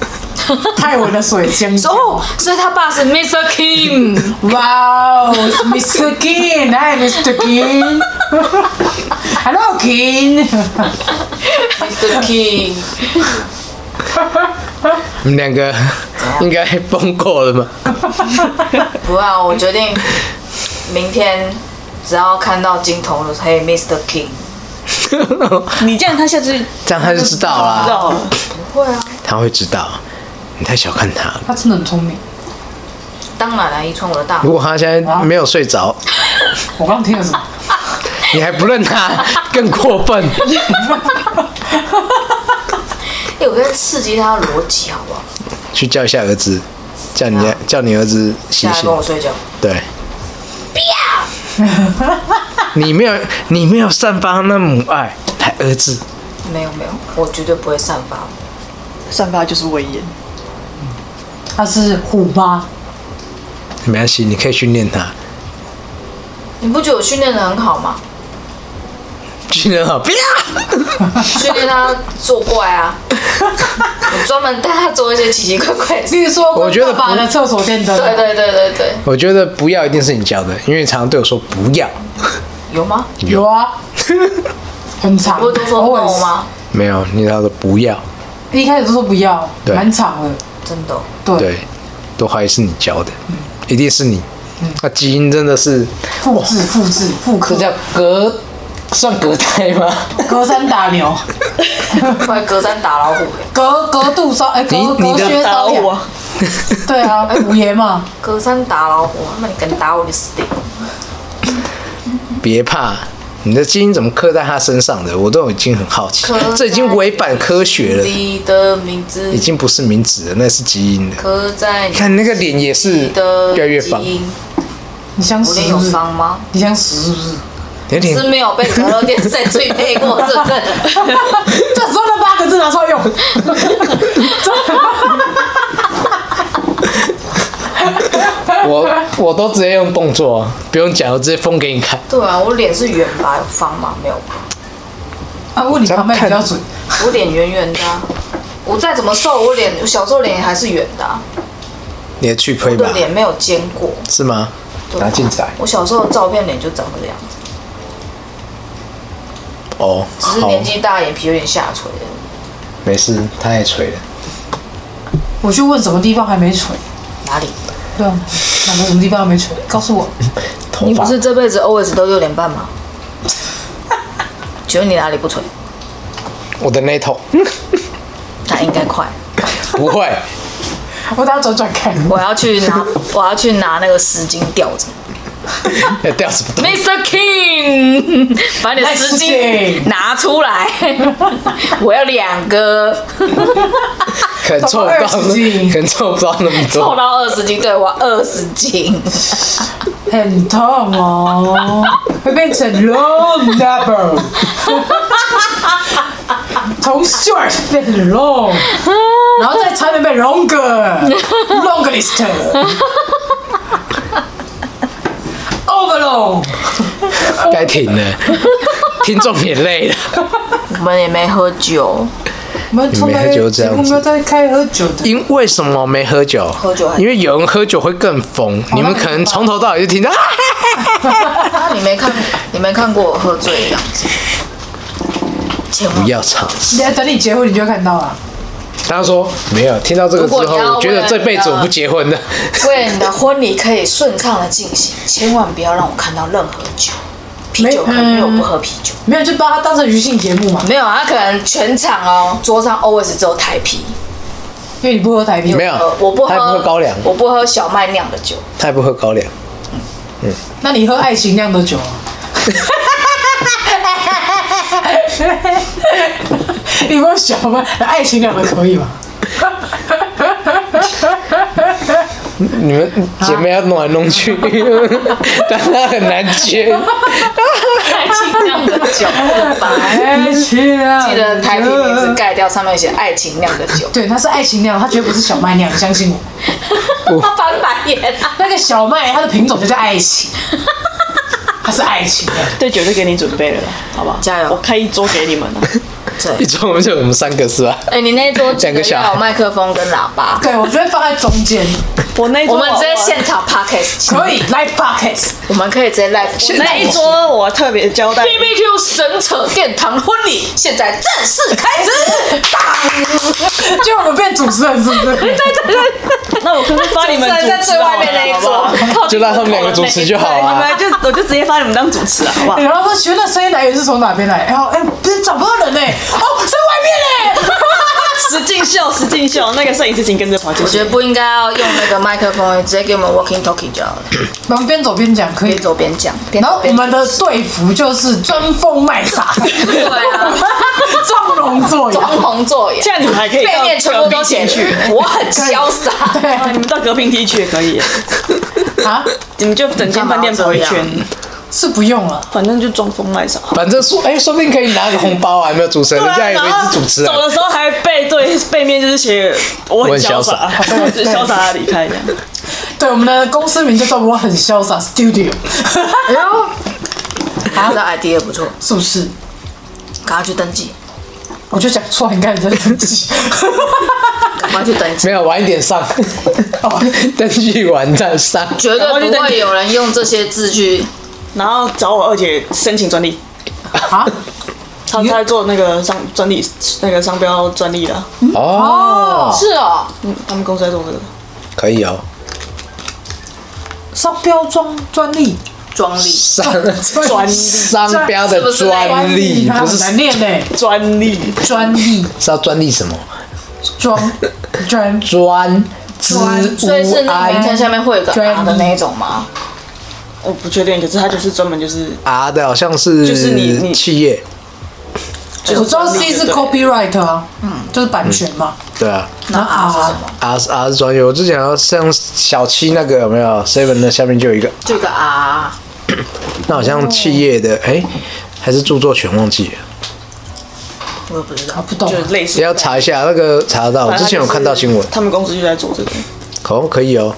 [SPEAKER 3] 泰文的水 [LAUGHS] 晶晶。
[SPEAKER 2] 哦，所以他爸是 Mr. Kim，
[SPEAKER 3] 哇哦，Mr. King，Hi Mr. [LAUGHS] King，Hello King，
[SPEAKER 2] ，Mr. Kim，
[SPEAKER 1] 你们两个应该崩过了吧？
[SPEAKER 2] 不要，我决定明天只要看到金童的，嘿，Mr. Kim，
[SPEAKER 4] 你这样他下次就
[SPEAKER 1] 这样他就知道
[SPEAKER 4] 嗯知
[SPEAKER 1] 啦，
[SPEAKER 4] 道了。
[SPEAKER 2] 会啊，
[SPEAKER 1] 他会知道，你太小看他了。
[SPEAKER 3] 他真的很聪明。
[SPEAKER 2] 当然啊了，一穿我的大
[SPEAKER 1] 如，果他现在没有睡
[SPEAKER 4] [LAUGHS]
[SPEAKER 1] 着，
[SPEAKER 3] 我刚刚听了什么？
[SPEAKER 1] 你还不认他，更过
[SPEAKER 4] [LAUGHS]
[SPEAKER 1] 分。
[SPEAKER 2] 哎，我在刺激他的逻辑，好不好？
[SPEAKER 1] 去叫一下儿子，叫你
[SPEAKER 4] 啊
[SPEAKER 1] 叫你儿子
[SPEAKER 2] 现
[SPEAKER 1] 醒
[SPEAKER 2] 在
[SPEAKER 1] 醒
[SPEAKER 2] 跟。我睡觉，
[SPEAKER 1] 对，
[SPEAKER 2] [LAUGHS]
[SPEAKER 1] 不要。你没有你没有散发那母爱，还儿子，
[SPEAKER 2] 没有没有，我绝对不会散发。
[SPEAKER 4] 散发就是威严，
[SPEAKER 3] 他是虎妈，
[SPEAKER 1] 没关系，你可以训练他。
[SPEAKER 2] 你不觉得我训练的很好
[SPEAKER 1] [LAUGHS]
[SPEAKER 2] 吗？
[SPEAKER 1] 训练好，不要。
[SPEAKER 2] 训练他作怪啊，我专门带他做一些奇奇怪怪的事。
[SPEAKER 3] 例如说，
[SPEAKER 1] 我觉得
[SPEAKER 3] 爸爸
[SPEAKER 1] 不
[SPEAKER 3] 的厕所电灯，
[SPEAKER 2] 对对对对对，
[SPEAKER 1] 我觉得不要一定是你教的，因为你常常对我说不要，
[SPEAKER 2] 有吗？
[SPEAKER 3] 有 [LAUGHS] 啊，很长，
[SPEAKER 2] 不是都说 no
[SPEAKER 3] always
[SPEAKER 2] 吗？
[SPEAKER 1] 没有，你常常说不要，
[SPEAKER 3] 一开始都说不要，
[SPEAKER 1] 对
[SPEAKER 3] 蛮长的，
[SPEAKER 2] 真的哦，
[SPEAKER 3] 对，
[SPEAKER 1] 对，都怀疑是你教的，一定是你。
[SPEAKER 2] 嗯
[SPEAKER 1] 那基因真的是，
[SPEAKER 3] 复制复制复刻，
[SPEAKER 1] 隔，算隔代吗？
[SPEAKER 3] 隔山打牛，
[SPEAKER 2] 快隔山打老虎欸，
[SPEAKER 3] 隔隔度烧，哎，
[SPEAKER 1] 你
[SPEAKER 3] 隔
[SPEAKER 1] 你
[SPEAKER 3] 隔
[SPEAKER 1] 的
[SPEAKER 3] 靴
[SPEAKER 4] 打
[SPEAKER 3] 搔
[SPEAKER 4] 扰我
[SPEAKER 3] 痒，
[SPEAKER 4] 啊，
[SPEAKER 3] 对啊，虎爷嘛，
[SPEAKER 2] 隔山打老虎，那你敢打我就死定了。
[SPEAKER 1] 别怕，你的基因怎么刻在他身上的？我都已经很好奇
[SPEAKER 2] 刻在，
[SPEAKER 1] [LAUGHS] 这已经违反科学了，
[SPEAKER 2] 你的名字
[SPEAKER 1] 已经不是名字了，那是基因了。
[SPEAKER 2] 刻在
[SPEAKER 1] 你看那个脸也是
[SPEAKER 2] 你的
[SPEAKER 1] 越来越方，
[SPEAKER 2] 基因
[SPEAKER 3] 你想
[SPEAKER 2] 我
[SPEAKER 3] 死
[SPEAKER 2] 脸
[SPEAKER 3] 是
[SPEAKER 2] 有
[SPEAKER 3] 不是？
[SPEAKER 2] 方吗？
[SPEAKER 3] 你想死是不是？
[SPEAKER 1] 有点
[SPEAKER 2] 是没有被可乐电视台追配过，是不是？
[SPEAKER 3] [LAUGHS] 这时候那八个字拿出来用，
[SPEAKER 1] 我我都直接用动作啊，不用讲，我直接封给你看。
[SPEAKER 2] 对啊，我脸是圆吧，有方吗？没有吧，
[SPEAKER 3] 啊，问你旁边比较准。
[SPEAKER 2] 我脸圆圆的啊、我再怎么瘦，我脸我小时候脸还是圆的啊、
[SPEAKER 1] 你的去推
[SPEAKER 2] 我
[SPEAKER 1] 吧
[SPEAKER 2] 的，脸没有尖过。
[SPEAKER 1] 是吗？
[SPEAKER 2] 对啊
[SPEAKER 1] 拿进来
[SPEAKER 2] 我小时候的照片脸就长这样子，
[SPEAKER 1] 哦，
[SPEAKER 2] 只是
[SPEAKER 1] 好，
[SPEAKER 2] 年纪大，眼皮有点下垂了。
[SPEAKER 1] 没事，他也垂了。
[SPEAKER 3] 我去问什么地方还没锤？
[SPEAKER 2] 哪里？
[SPEAKER 3] 对啊，哪个什么地方还没锤？告诉我。
[SPEAKER 1] 头
[SPEAKER 2] 你
[SPEAKER 1] 发
[SPEAKER 2] 不是这辈子 always 都六点半吗？ [LAUGHS] 请问你哪里不垂？
[SPEAKER 1] 我的那
[SPEAKER 2] [LAUGHS]
[SPEAKER 1] 头
[SPEAKER 2] 那应该快。
[SPEAKER 1] 不会，
[SPEAKER 3] 我等下转转看。
[SPEAKER 2] 我要去拿，我要去拿那个丝巾吊着。
[SPEAKER 1] 要吊什么东
[SPEAKER 2] Mr. King，把你 [LAUGHS] 的丝巾拿出来， [LAUGHS] 我要两个，
[SPEAKER 1] 可能凑不到，
[SPEAKER 3] 找个二十斤
[SPEAKER 1] 可能凑不到那么
[SPEAKER 2] 凑
[SPEAKER 1] 多。
[SPEAKER 2] 到二十斤，对我要二十斤。
[SPEAKER 3] 很痛哦，会变成 long double，从 short 变成 long，然后再差点变 longer [LAUGHS] longest overlong。
[SPEAKER 1] 该停
[SPEAKER 2] [LAUGHS]
[SPEAKER 1] 了，听众也累了。
[SPEAKER 2] 我们也没喝酒，
[SPEAKER 3] 我们从来
[SPEAKER 1] 你没喝酒这
[SPEAKER 3] 节
[SPEAKER 1] 样子
[SPEAKER 3] 目没有在开喝酒的，
[SPEAKER 1] 因为什么没喝酒？
[SPEAKER 2] 喝酒还哦
[SPEAKER 1] 因为有人喝酒会更疯，你们可能从头到尾就听到。啊
[SPEAKER 2] 那啊你没看，你没看过我喝醉的样子。千万
[SPEAKER 1] 啊不要尝试。
[SPEAKER 3] 等等你结婚你就会看到啊了。
[SPEAKER 1] 他说没有，听到这个
[SPEAKER 2] 如果
[SPEAKER 1] 之后，
[SPEAKER 2] 你要
[SPEAKER 1] 我觉得
[SPEAKER 2] 问
[SPEAKER 1] 这辈子
[SPEAKER 2] 你的
[SPEAKER 1] 我不结婚了。
[SPEAKER 2] 为了你的婚礼可以顺畅的进行，千万不要让我看到任何酒，啤酒可以，因为我不喝啤酒。
[SPEAKER 3] 没有，就把它当成娱乐节目嘛，
[SPEAKER 2] 没有啊，他可能全场哦，桌上 always 只有台啤，
[SPEAKER 3] 因为你不喝台啤
[SPEAKER 1] 没，有
[SPEAKER 2] 呃，我不
[SPEAKER 1] 他也不
[SPEAKER 2] 喝
[SPEAKER 1] 喝高粱，
[SPEAKER 2] 我不喝小麦酿的 [LAUGHS] 酒。
[SPEAKER 1] 他也不喝高粱。
[SPEAKER 3] 那你喝爱情酿的酒啊。 [LAUGHS] 你不要小吗？爱情酿的可以吗？
[SPEAKER 1] 你们姐妹要弄来弄去， [LAUGHS] 但他很难接。
[SPEAKER 2] 爱情酿的 [LAUGHS] 酒，
[SPEAKER 3] 爱情酿，
[SPEAKER 2] 记得台啤名字。盖掉，上面写“爱情酿的
[SPEAKER 4] [LAUGHS]
[SPEAKER 2] 酒
[SPEAKER 3] 对，它是爱情酿，它绝对不是小麦酿，你相信我。”，
[SPEAKER 2] 他翻白眼啊！
[SPEAKER 3] 那个小麦它的品种就叫爱情，它是爱情酿。
[SPEAKER 4] 这酒就给你准备了啦，好吧？
[SPEAKER 2] 加油
[SPEAKER 4] 我开一桌给你们啊了。
[SPEAKER 1] 一
[SPEAKER 2] 对，
[SPEAKER 1] 桌我们就我们三个是吧？
[SPEAKER 2] 哎，你那一桌
[SPEAKER 1] 两个小孩
[SPEAKER 2] 要有麦克风跟喇叭，
[SPEAKER 3] 对，我觉得放在中间
[SPEAKER 4] 我那一桌
[SPEAKER 2] 我们直接现场 podcast，
[SPEAKER 3] 可以 live podcast，
[SPEAKER 2] 我们可以直接 live。
[SPEAKER 4] 那一桌我特别交代
[SPEAKER 2] B B Q 神扯殿堂婚礼现在正式开始，
[SPEAKER 3] 就我们变主持人是不是？
[SPEAKER 4] 那我可不可以发你们主持
[SPEAKER 2] [LAUGHS] 在最外面那一桌，靠
[SPEAKER 1] 就让他们两个主持就好啊
[SPEAKER 4] 好
[SPEAKER 1] 了。
[SPEAKER 4] 吧？对，你们就我就直接发你们当主持啊，
[SPEAKER 2] [LAUGHS]
[SPEAKER 4] 好不好？
[SPEAKER 3] 哎然后说请问那声音来源是从哪边来？然后哎，不是找不到人呢、哦，在外面呢、
[SPEAKER 4] 石敬秀，石敬秀，那个摄影师请跟着跑进
[SPEAKER 2] 我觉
[SPEAKER 4] 去。
[SPEAKER 2] 得不应该要用那个麦克风，直接给我们 walking talking 就好了，
[SPEAKER 4] 嗯
[SPEAKER 3] 我们边走边讲可以
[SPEAKER 2] 边。走边讲。边
[SPEAKER 3] 然
[SPEAKER 2] 走
[SPEAKER 3] 后我
[SPEAKER 2] 边
[SPEAKER 3] 们的队服就是装疯卖傻，
[SPEAKER 2] 对啊，
[SPEAKER 3] 装聋作
[SPEAKER 2] 装
[SPEAKER 3] 哑。
[SPEAKER 2] 聋作哑
[SPEAKER 4] 这，样你们还可以到
[SPEAKER 2] 背面全部都写
[SPEAKER 4] 隔壁进去，
[SPEAKER 2] 我很潇洒。
[SPEAKER 3] 对
[SPEAKER 4] 啊你们到隔壁地区也可以，
[SPEAKER 3] 啊，
[SPEAKER 4] 你们就整间饭店跑一圈，
[SPEAKER 3] 是不用了。
[SPEAKER 4] 反正就装疯卖傻。
[SPEAKER 1] 反正说，哎、说不定可以拿个红包啊，有没有主持人？人家以为
[SPEAKER 4] 然
[SPEAKER 1] 是
[SPEAKER 4] 后
[SPEAKER 1] 主持啊人
[SPEAKER 4] 走。的时候还背对背面就是写我很潇洒，
[SPEAKER 3] 我很潇洒
[SPEAKER 4] 就潇洒地离开这样。
[SPEAKER 3] 对，我们的公司名就叫“我很潇洒 Studio”， [LAUGHS]
[SPEAKER 2] 哎呦，这 idea 不错，
[SPEAKER 3] 是不是？
[SPEAKER 2] 赶快去登记，
[SPEAKER 3] 我就讲错，你看人家生气。
[SPEAKER 2] 赶快去登记，
[SPEAKER 1] 没有晚一点上， [LAUGHS] 登记完再上。
[SPEAKER 2] 绝对不会有人用这些字去。
[SPEAKER 4] 然后找我二姐申请专利，
[SPEAKER 3] 啊，
[SPEAKER 4] 她她在做那个商专利那个商标专利的，
[SPEAKER 1] 哦，
[SPEAKER 2] 是哦，
[SPEAKER 4] 嗯，他们公司在做这个。
[SPEAKER 1] 可以哦，
[SPEAKER 3] 商标专专利，
[SPEAKER 2] 庄丽，
[SPEAKER 1] 商
[SPEAKER 4] 专利
[SPEAKER 1] 商标的
[SPEAKER 2] 是不是
[SPEAKER 1] 专利，
[SPEAKER 3] 它
[SPEAKER 1] 不
[SPEAKER 3] 啊很
[SPEAKER 1] 是
[SPEAKER 3] 难念呢。
[SPEAKER 4] 专利，
[SPEAKER 3] 专利
[SPEAKER 1] 是要专利什么？
[SPEAKER 3] 专
[SPEAKER 1] [LAUGHS]
[SPEAKER 3] 专
[SPEAKER 1] 专之
[SPEAKER 2] 所以是那个
[SPEAKER 1] 乌
[SPEAKER 2] 名
[SPEAKER 1] 安
[SPEAKER 2] 啊称下面会有个 R 的那一种吗？
[SPEAKER 4] 我不确定，可是他就是专门就是
[SPEAKER 1] 啊的好像是
[SPEAKER 4] 就是你你
[SPEAKER 1] 企业，
[SPEAKER 3] 我知道 C 是 copyright 啊，就是版权嘛。
[SPEAKER 1] 对啊
[SPEAKER 3] 然后嗯 R 是什么？
[SPEAKER 1] ，R 是 R 是专业。我之前好像像小七那个有没有 Seven 的下面就有一个，
[SPEAKER 2] 这个啊，
[SPEAKER 1] 那好像企业的哎、还是著作权忘记了，
[SPEAKER 2] 我也不知
[SPEAKER 3] 啊
[SPEAKER 2] 道，
[SPEAKER 3] 不懂啊
[SPEAKER 4] 就。是类似
[SPEAKER 1] 也要查一下那个查得到。我
[SPEAKER 4] 反正他就是
[SPEAKER 1] 之前有看到新闻，
[SPEAKER 4] 他们公司就在做这个，
[SPEAKER 1] 好像可以哦。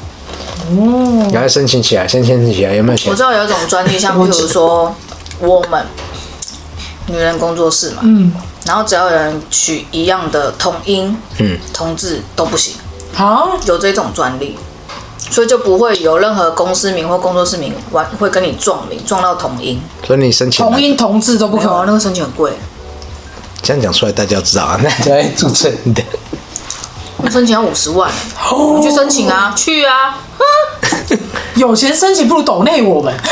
[SPEAKER 1] 赶快申请起来，先申请起来，有没有钱
[SPEAKER 2] 我知？道有一种专利，像譬如说 woman 女人工作室嘛，嗯，然后只要有人取一样的同音，
[SPEAKER 1] 嗯，
[SPEAKER 2] 同字都不行，
[SPEAKER 3] 啊，
[SPEAKER 2] 有这种专利，所以就不会有任何公司名或工作室名完会跟你撞名，撞到同音。
[SPEAKER 1] 所以你申请了
[SPEAKER 3] 同音同字都不
[SPEAKER 2] 不
[SPEAKER 3] 可
[SPEAKER 2] 可能，
[SPEAKER 3] 能。
[SPEAKER 2] 那个申请很贵，
[SPEAKER 1] 这样讲出来，大家知道啊，那才会注册你的。
[SPEAKER 2] 那申请要五十万，你去申请啊，去啊，
[SPEAKER 3] 哦有钱申请不如抖内我们， [LAUGHS]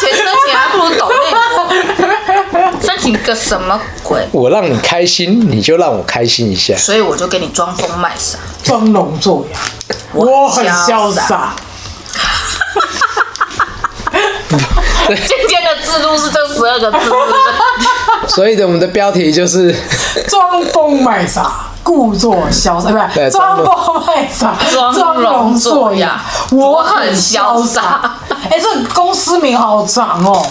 [SPEAKER 2] 钱申请还不如抖内我，申请个什么鬼？
[SPEAKER 1] 我让你开心，你就让我开心一下。
[SPEAKER 2] 所以我就给你装疯卖傻，
[SPEAKER 3] 装聋作哑。我很潇洒，
[SPEAKER 2] 今天的字录是这十二个字，是不是？
[SPEAKER 1] 所以的，我们的标题就是
[SPEAKER 3] 装疯卖傻，故作潇洒，哎不
[SPEAKER 1] 对
[SPEAKER 3] 是装疯卖傻，
[SPEAKER 2] 装
[SPEAKER 3] 装
[SPEAKER 2] 聋
[SPEAKER 3] 聋
[SPEAKER 2] 作
[SPEAKER 3] 作
[SPEAKER 2] 哑
[SPEAKER 3] 哑，
[SPEAKER 2] 我
[SPEAKER 3] 我
[SPEAKER 2] 很
[SPEAKER 3] 很
[SPEAKER 2] 潇
[SPEAKER 3] 潇
[SPEAKER 2] 洒
[SPEAKER 3] 洒。哎，这个公司名好长哦，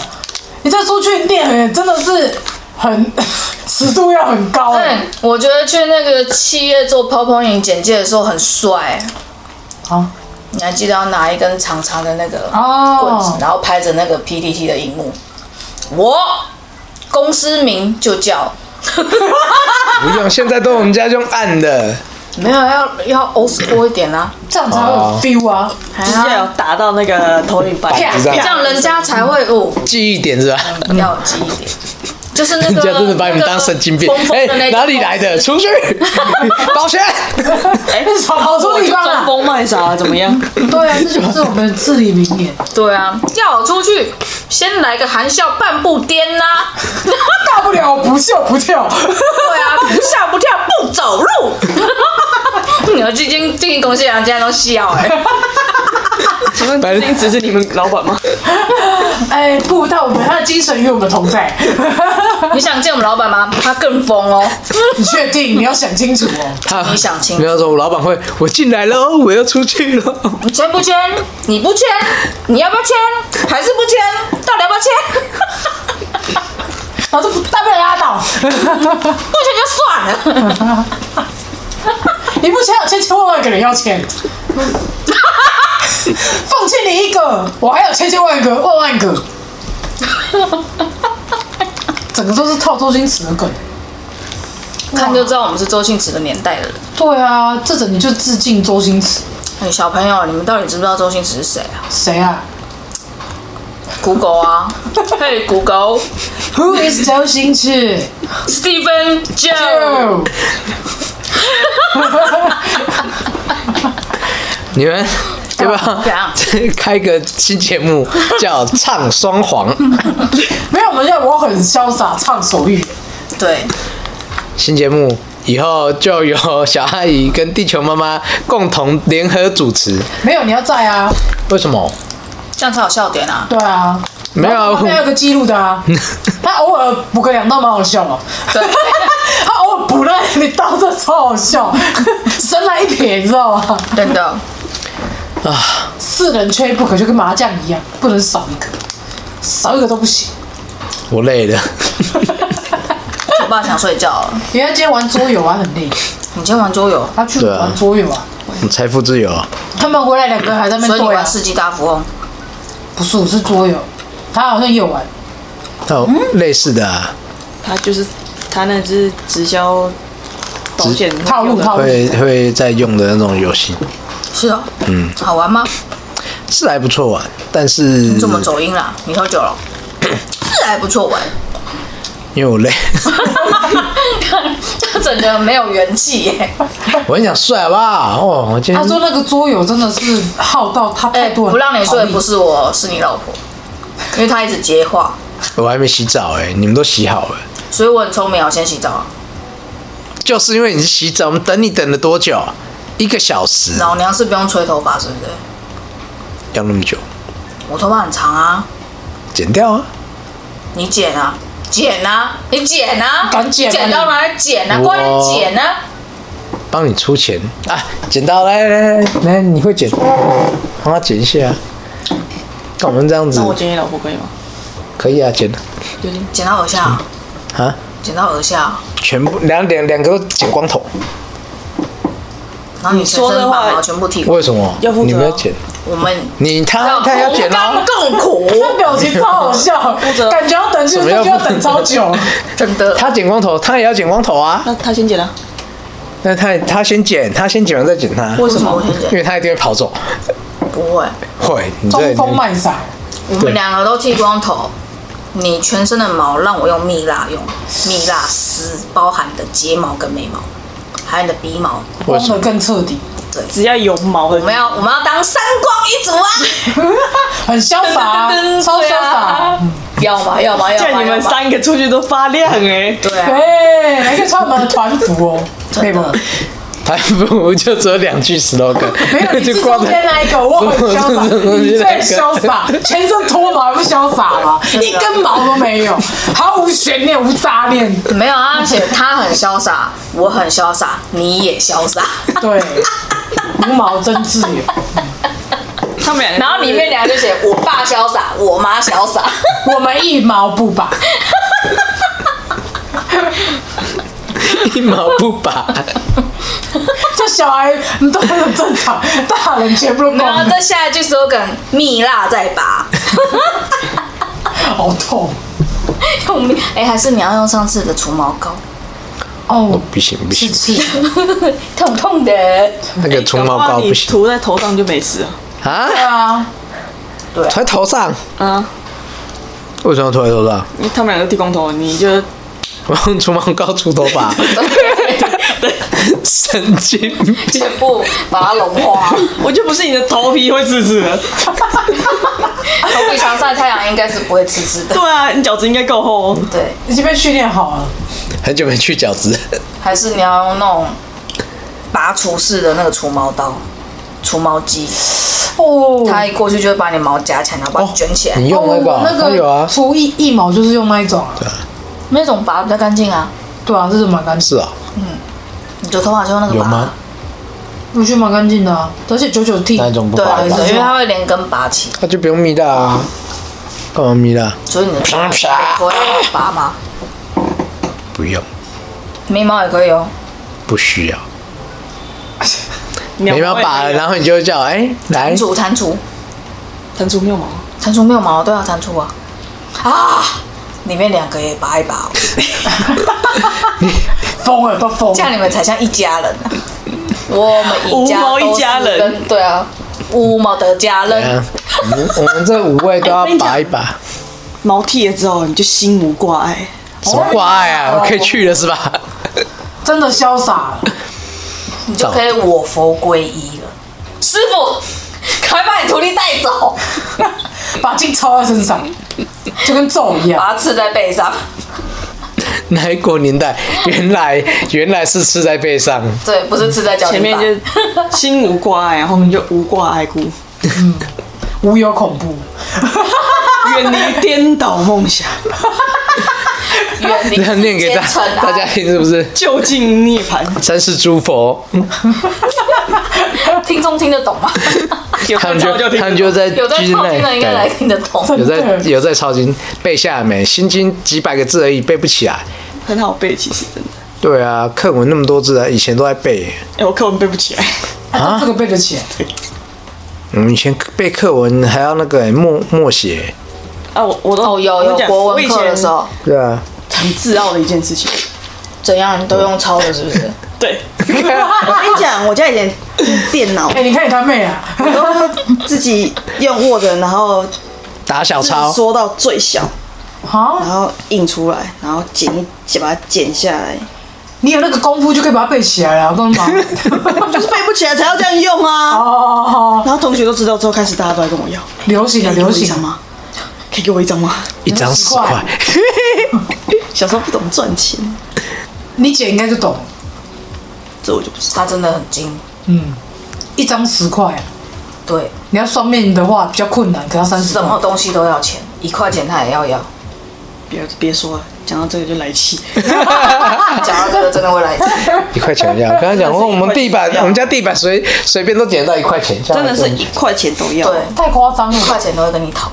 [SPEAKER 3] 你这出去念，哎真的是很 [LAUGHS] 尺度要很高
[SPEAKER 2] 对
[SPEAKER 3] 哎。，
[SPEAKER 2] 我觉得去那个企业做 PowerPoint 影简介的时候很帅，
[SPEAKER 3] 好，
[SPEAKER 2] 你还记得要拿一根长长的那个
[SPEAKER 3] 哦
[SPEAKER 2] 棍子，然后拍着那个 PPT 的荧幕。我公司名就叫
[SPEAKER 1] 不用，现在都我们家就用暗的，
[SPEAKER 2] 没有要要 old school 一点啊啦、
[SPEAKER 3] 这样才会有 feel 啊。
[SPEAKER 2] 啊，
[SPEAKER 4] 就是要有打到那个投影板，
[SPEAKER 1] 板子上
[SPEAKER 2] 这样人家才会哦，
[SPEAKER 1] 记忆点是吧？
[SPEAKER 2] 要有记忆点。就是那
[SPEAKER 1] [LAUGHS] 人
[SPEAKER 2] 个，
[SPEAKER 1] 家真的把你们当神经病
[SPEAKER 2] 那个。
[SPEAKER 1] 哎
[SPEAKER 2] 疯疯的那，种
[SPEAKER 1] 哪里来的？出去！
[SPEAKER 2] [LAUGHS]
[SPEAKER 1] 保全。
[SPEAKER 4] 哎，
[SPEAKER 3] 跑出地方
[SPEAKER 4] 装
[SPEAKER 3] 了。
[SPEAKER 4] 疯卖傻怎么 [LAUGHS] 样？
[SPEAKER 3] 对啊，这就是我们的至理名言。
[SPEAKER 2] 对啊，要我出去，先来个含笑半步颠呐、
[SPEAKER 3] 大不了我不笑不跳。
[SPEAKER 2] 对啊，不笑不跳不走路。 [LAUGHS] 你要最近最近公司人家都笑哎、
[SPEAKER 4] 请问最近只是你们老板吗？
[SPEAKER 3] [LAUGHS] 哎，不到我们，他的精神与我们同在。 [LAUGHS]
[SPEAKER 2] 你想见我们老板吗？他更疯哦。
[SPEAKER 3] 你确定？你要想清楚哦。
[SPEAKER 2] 你想清楚
[SPEAKER 1] 没有说，我老板会，我进来了，我要出
[SPEAKER 2] [LAUGHS]
[SPEAKER 1] 去了。
[SPEAKER 2] 你签不签？你不签，你要不要签？还是不签？到底要不要签？
[SPEAKER 3] 然后这大不了拉倒， [LAUGHS]
[SPEAKER 2] 不签就算了。
[SPEAKER 3] 你不签，千千万万个人要签。 [LAUGHS] 放弃你一个，我还有千千万个、万万个。 [LAUGHS] 整个都是套周星驰的梗。
[SPEAKER 2] 看就知道我们是周星驰的年代的人。
[SPEAKER 3] 对啊，这整个就致敬周星驰。
[SPEAKER 2] 哎，小朋友，你们到底知不知道周星驰是谁啊
[SPEAKER 3] 谁啊
[SPEAKER 2] ？Google 啊，嘿，Google。
[SPEAKER 3] ？Who is 周星驰
[SPEAKER 2] Stephen Joe，
[SPEAKER 3] ？Oh，
[SPEAKER 1] 你
[SPEAKER 2] 哦
[SPEAKER 1] 们对
[SPEAKER 2] 怎样
[SPEAKER 1] 吧？ [LAUGHS] 开个新节目叫《唱双簧》，
[SPEAKER 2] [LAUGHS]
[SPEAKER 3] 没有，我们叫我很潇洒唱手语。
[SPEAKER 2] 对，
[SPEAKER 1] 新节目以后就由小阿姨跟地球妈妈共同联合主持。
[SPEAKER 3] 没有，你要在啊。
[SPEAKER 1] 为什么？
[SPEAKER 2] 这样才有笑点啊。
[SPEAKER 3] 对啊，
[SPEAKER 1] 没有
[SPEAKER 3] 他们有
[SPEAKER 1] 啊，
[SPEAKER 3] 个记录
[SPEAKER 1] [LAUGHS]
[SPEAKER 3] 的啊，他偶尔补个两道蛮好笑嘛，
[SPEAKER 2] 对
[SPEAKER 3] 他偶尔补了你刀，这超好笑， [LAUGHS] 神来一撇，你知道吗？
[SPEAKER 2] 真的，
[SPEAKER 1] 啊
[SPEAKER 3] 四人缺一不可，就跟麻将一样，不能少一个，少一个都不行。 [LAUGHS]
[SPEAKER 1] 我累
[SPEAKER 2] [LAUGHS]
[SPEAKER 1] 了。
[SPEAKER 2] 我爸想睡觉了。
[SPEAKER 3] 因为他今天玩桌游玩很累，
[SPEAKER 2] 你今天玩桌游，
[SPEAKER 3] 他去
[SPEAKER 1] 对啊
[SPEAKER 3] 玩桌游啊。
[SPEAKER 1] 你财富自由，
[SPEAKER 3] 他们回来两个还在那
[SPEAKER 2] 所
[SPEAKER 3] 边
[SPEAKER 2] 以你
[SPEAKER 3] 对
[SPEAKER 2] 玩
[SPEAKER 3] 啊，
[SPEAKER 2] 世纪大富翁，
[SPEAKER 3] 不是我是桌游，他好像也有玩，
[SPEAKER 1] 哦，
[SPEAKER 2] 嗯
[SPEAKER 1] 类似的、啊，
[SPEAKER 4] 他就是他那只直销保险
[SPEAKER 3] 套路套
[SPEAKER 2] 哦
[SPEAKER 3] 路。
[SPEAKER 1] 会会在用的那种游戏，
[SPEAKER 2] 是哦，嗯，好玩吗？
[SPEAKER 1] 是还不错玩，但是
[SPEAKER 2] 这么走音啦？你喝酒了？是还不错玩，
[SPEAKER 1] 因为我累， [LAUGHS]
[SPEAKER 2] 这整个没有元气耶。
[SPEAKER 1] 我很想睡，好不好？哦，我今
[SPEAKER 3] 他
[SPEAKER 1] 天
[SPEAKER 3] 说那个桌游真的是耗到他
[SPEAKER 2] 哎、
[SPEAKER 3] 太多人
[SPEAKER 2] 不让你睡
[SPEAKER 3] 逃逸
[SPEAKER 2] 不是我，是你老婆，因为她一直接话，
[SPEAKER 1] 我还没洗澡哎、你们都洗好了，
[SPEAKER 2] 所以我很聪明啊，我先洗澡啊。
[SPEAKER 1] 就是因为你是洗澡，我们等你等了多久？啊一个小时，
[SPEAKER 2] 老娘是不用吹头发，是不是？
[SPEAKER 1] 要那么久？
[SPEAKER 2] 我头发很长啊，
[SPEAKER 1] 剪掉啊！
[SPEAKER 2] 你剪啊，剪啊，你剪啊，
[SPEAKER 3] 敢剪吗
[SPEAKER 2] 剪刀拿来剪啊，快点
[SPEAKER 1] 我
[SPEAKER 2] 剪啊！
[SPEAKER 1] 帮你出钱啊！剪刀，来来来来，你会剪，帮他剪一下、啊。那我们这样子
[SPEAKER 4] 那我剪你老婆可以吗？
[SPEAKER 1] 可以啊，剪
[SPEAKER 2] 剪到耳下啊，
[SPEAKER 1] 啊，
[SPEAKER 2] 剪到耳下啊，
[SPEAKER 1] 全部两两两个都剪光头。
[SPEAKER 2] 然后你全
[SPEAKER 4] 说的
[SPEAKER 2] 身
[SPEAKER 4] 话
[SPEAKER 2] 发毛全部剃光。
[SPEAKER 1] 为什么？
[SPEAKER 4] 要负责啊
[SPEAKER 1] 你们要剪，
[SPEAKER 2] 我们
[SPEAKER 1] 你他他要剪
[SPEAKER 2] 我
[SPEAKER 1] 啊
[SPEAKER 2] 们！共苦，
[SPEAKER 3] 这表情超
[SPEAKER 2] [LAUGHS]
[SPEAKER 3] 好笑，
[SPEAKER 4] 责
[SPEAKER 3] 感觉要等这
[SPEAKER 1] 什么
[SPEAKER 3] 个
[SPEAKER 1] 要
[SPEAKER 3] 就要等超久。 [LAUGHS]
[SPEAKER 2] 真的。
[SPEAKER 1] 他剪光头，他也要剪光头啊！
[SPEAKER 4] 那他先剪啊？
[SPEAKER 1] 那他他先剪，他先剪完再剪他，
[SPEAKER 4] 为什么
[SPEAKER 2] 我？先
[SPEAKER 1] 因
[SPEAKER 2] 剪？
[SPEAKER 1] 为他一定会跑走。
[SPEAKER 2] 不会，
[SPEAKER 1] 会，你这
[SPEAKER 3] 装疯卖傻，
[SPEAKER 2] 我们两个都剃光头。你全身的毛让我用蜜蜡用蜜蜡丝，包含你的睫毛跟眉毛，还有你的鼻毛。
[SPEAKER 1] 为
[SPEAKER 3] 疯
[SPEAKER 1] 什
[SPEAKER 3] 的
[SPEAKER 1] 么？
[SPEAKER 3] 更彻底，
[SPEAKER 4] 只要有毛的，
[SPEAKER 2] 我们要我们要当三光一族啊！
[SPEAKER 3] 很潇洒啊，超潇洒。啊
[SPEAKER 2] 要嘛要嘛要嘛！
[SPEAKER 4] 叫你
[SPEAKER 2] 要
[SPEAKER 4] 们
[SPEAKER 2] 嘛
[SPEAKER 4] 三个出去都发亮哎、
[SPEAKER 2] 对啊，
[SPEAKER 3] 对，还可以穿我们的团服哦，可以吗？
[SPEAKER 1] 他不如就只有两句 slogan，
[SPEAKER 3] 没有，你是
[SPEAKER 1] [LAUGHS] 就
[SPEAKER 3] 中
[SPEAKER 1] 在
[SPEAKER 3] 间那一个，我很潇洒，
[SPEAKER 1] [LAUGHS]
[SPEAKER 3] 你最潇洒，全身脱毛还不潇洒
[SPEAKER 2] [LAUGHS]
[SPEAKER 3] 吗？一根毛都没有，毫无悬念，无杂念。
[SPEAKER 2] 没有 [LAUGHS] 啊，而且他很潇洒，我很潇洒，你也潇洒，
[SPEAKER 3] 对，无毛真自由。
[SPEAKER 4] 他们两个，
[SPEAKER 2] 然后里
[SPEAKER 1] 哎
[SPEAKER 2] 面俩就写我爸潇洒，我妈潇
[SPEAKER 1] [LAUGHS]
[SPEAKER 2] 洒，
[SPEAKER 3] 我们一毛不拔，
[SPEAKER 1] 一毛不拔。 [LAUGHS]
[SPEAKER 3] 这小孩都很正常，大人全部 [LAUGHS] 都光
[SPEAKER 2] 然后再下一句 slogan 蜜蜡再
[SPEAKER 1] [LAUGHS]
[SPEAKER 2] 拔，
[SPEAKER 3] 好痛
[SPEAKER 2] 用蜜哎、还是你要用上次的除毛
[SPEAKER 1] [LAUGHS]
[SPEAKER 2] 膏，
[SPEAKER 3] 哦，
[SPEAKER 1] 不行不
[SPEAKER 3] 是
[SPEAKER 1] 行，
[SPEAKER 3] 是，
[SPEAKER 2] 痛痛的，
[SPEAKER 1] 那个除毛膏
[SPEAKER 4] 搞不好
[SPEAKER 1] 不
[SPEAKER 4] 你
[SPEAKER 1] 行
[SPEAKER 4] 涂在头上就没事了。
[SPEAKER 1] 啊！
[SPEAKER 3] 对
[SPEAKER 1] 涂
[SPEAKER 3] 啊，
[SPEAKER 1] 在头上，
[SPEAKER 4] 啊，
[SPEAKER 1] 为什么要涂在头上？
[SPEAKER 4] 因为他们两个剃光头，你就
[SPEAKER 1] 我用除毛膏除头
[SPEAKER 3] [LAUGHS]
[SPEAKER 1] 发，神经病！
[SPEAKER 2] 全部把它融
[SPEAKER 1] [LAUGHS]
[SPEAKER 2] 化。
[SPEAKER 4] 我就不是你的头皮会刺刺的。
[SPEAKER 2] 头皮常晒太阳应该是不会吃吃的
[SPEAKER 4] 对，啊，你脚趾应该够厚哦。
[SPEAKER 2] 对，
[SPEAKER 3] 已经被训练好了。
[SPEAKER 1] 很久没去角质，
[SPEAKER 2] 还是你要用那种拔除式的那个除毛刀。除毛机，
[SPEAKER 1] 嗯
[SPEAKER 3] 哦，
[SPEAKER 2] 它一过去就会把你的毛夹起来，然后把你卷起来。
[SPEAKER 1] 你用那个
[SPEAKER 3] 哦
[SPEAKER 1] 啊？
[SPEAKER 3] 我那
[SPEAKER 1] 它有
[SPEAKER 3] 个
[SPEAKER 1] 啊？
[SPEAKER 3] 除一一毛就是用那一种啊，
[SPEAKER 2] 那种拔比较干净啊，
[SPEAKER 3] 对啊，这是蛮干
[SPEAKER 1] 是
[SPEAKER 3] 净，
[SPEAKER 1] 啊，
[SPEAKER 2] 你的头发就用那个
[SPEAKER 1] 有
[SPEAKER 2] 拔。啊
[SPEAKER 1] 吗？
[SPEAKER 3] 我觉得蛮干净的啊，而且九九 T
[SPEAKER 1] 那一种不
[SPEAKER 2] 对
[SPEAKER 1] 拔
[SPEAKER 2] 对
[SPEAKER 1] 吧，
[SPEAKER 2] 对，因为它会连根拔起，
[SPEAKER 1] 那就不用蜜蜡啊，干嘛蜜蜡？
[SPEAKER 2] 所以你的
[SPEAKER 1] 啪啪
[SPEAKER 2] 头要拔嘛，
[SPEAKER 1] 不用，
[SPEAKER 2] 眉毛也可以哦。
[SPEAKER 1] 不需要。
[SPEAKER 4] 你
[SPEAKER 1] 没办法拔了，然
[SPEAKER 4] 后
[SPEAKER 1] 后你就叫哎
[SPEAKER 2] [LAUGHS]
[SPEAKER 1] 来
[SPEAKER 2] 蟾，蜍，蟾蜍，
[SPEAKER 4] 弹出没有毛，
[SPEAKER 2] 蟾蜍没有毛，对啊，蟾蜍啊，啊，里面两个也拔一拔 [LAUGHS] 哦、
[SPEAKER 3] 疯了都疯了 [LAUGHS]
[SPEAKER 2] 这，样你们才像一家人、 [LAUGHS] 啊。我们一家啊
[SPEAKER 4] 无毛
[SPEAKER 2] 都
[SPEAKER 4] 一
[SPEAKER 2] 是
[SPEAKER 4] 家人
[SPEAKER 2] 跟，对啊，五毛的家
[SPEAKER 1] 怎样
[SPEAKER 2] 人，
[SPEAKER 1] 我们我们这五位都要拔
[SPEAKER 2] [LAUGHS]
[SPEAKER 1] 一拔，
[SPEAKER 4] 毛剃了之后你就心无挂碍。
[SPEAKER 1] 什么挂碍
[SPEAKER 2] 哦
[SPEAKER 1] 啊？我可以去了是吧？ [LAUGHS]
[SPEAKER 3] 真的潇洒了。
[SPEAKER 2] 你就可以我佛归一了。师傅，赶快把你徒弟带 [LAUGHS] 走，
[SPEAKER 3] 把劲抽在身上， [LAUGHS] 就跟咒一样。
[SPEAKER 2] 把它刺在背上。
[SPEAKER 1] 哪一国年代？原来原来是刺在背上，
[SPEAKER 2] 对，不是刺在脚底
[SPEAKER 4] 前
[SPEAKER 2] 板。
[SPEAKER 4] 面 [LAUGHS] 就心无挂碍，然后面就无挂碍故，
[SPEAKER 3] 无有恐怖，
[SPEAKER 4] 远离颠倒梦 [LAUGHS] 想，
[SPEAKER 2] 远离 [LAUGHS]
[SPEAKER 1] 这样念给大
[SPEAKER 2] 世间尘埃
[SPEAKER 1] 大家听是不是？
[SPEAKER 4] 就近涅槃。
[SPEAKER 1] 三世诸佛，
[SPEAKER 2] 听众听得 [LAUGHS] 懂吗？
[SPEAKER 4] 有
[SPEAKER 1] 他们
[SPEAKER 4] 看
[SPEAKER 1] 就
[SPEAKER 4] 到就听
[SPEAKER 1] 他们就在
[SPEAKER 2] 有在
[SPEAKER 1] 就是
[SPEAKER 2] 偷听的应该来
[SPEAKER 1] 对
[SPEAKER 2] 听得懂。
[SPEAKER 1] 有在
[SPEAKER 3] 对
[SPEAKER 1] 有在抄经，背下来没？心经几百个字而已，背不起来。
[SPEAKER 4] 很好背，其实真的。
[SPEAKER 1] 对啊，课文那么多字啊，以前都在背。
[SPEAKER 4] 哎、我课文背不起来，
[SPEAKER 3] 啊，这个背得起来。
[SPEAKER 1] 我嗯们以前背课文还要那个哎默默写。
[SPEAKER 4] 啊，我我都
[SPEAKER 2] [LAUGHS] 哦，有
[SPEAKER 4] 我跟
[SPEAKER 2] 有
[SPEAKER 4] 你讲
[SPEAKER 2] 国
[SPEAKER 4] 我以
[SPEAKER 2] 文
[SPEAKER 4] 前
[SPEAKER 2] 课的时候，[LAUGHS]
[SPEAKER 1] 对啊，
[SPEAKER 4] 很自傲的一件事情。
[SPEAKER 2] 怎样你都用抄的，是不是？
[SPEAKER 4] 对，我跟
[SPEAKER 2] 啊
[SPEAKER 4] 你讲，我家以前电脑 [LAUGHS]
[SPEAKER 3] 哎、你看你他妹啊， [LAUGHS]
[SPEAKER 4] 自己用 Word，然后
[SPEAKER 1] 打小抄，
[SPEAKER 4] 缩到最小，
[SPEAKER 3] 啊，
[SPEAKER 4] 然后印出来，然后剪一剪，把它剪下 [LAUGHS] 来，
[SPEAKER 3] 你有那个功夫就可以把它背起来了。我跟 [LAUGHS] 你讲，
[SPEAKER 4] 就是背不起来才要这样用啊。
[SPEAKER 3] 哦，
[SPEAKER 4] 然后同学都知道之后，开始大家都来跟我要，
[SPEAKER 3] 流行的
[SPEAKER 4] 可以给
[SPEAKER 3] 流
[SPEAKER 4] 我一
[SPEAKER 3] 行
[SPEAKER 4] 张吗？可以 [LAUGHS] 给我一张吗？
[SPEAKER 1] 一张十块，
[SPEAKER 4] 小时候不懂赚钱，
[SPEAKER 3] 你姐应该就懂，
[SPEAKER 4] 这我就不知道。
[SPEAKER 2] 他真的很精，
[SPEAKER 3] 一张十块、啊，
[SPEAKER 2] 对，
[SPEAKER 3] 你要双面的话比较困难，可要三十
[SPEAKER 2] 什么东西都要钱，一块钱他也要
[SPEAKER 3] [LAUGHS]
[SPEAKER 2] 要。
[SPEAKER 4] 别别说了，讲到这个就来 [LAUGHS] 气。
[SPEAKER 2] 讲到这个真的会
[SPEAKER 3] [LAUGHS]
[SPEAKER 2] 来气，
[SPEAKER 1] 一块钱一样。我跟他讲说，我们地板，我们家地板随随便都捡到一块钱，这样
[SPEAKER 4] 真的是一块钱都要。
[SPEAKER 2] 对，
[SPEAKER 3] 太夸张了
[SPEAKER 2] 一。块钱都会跟你讨。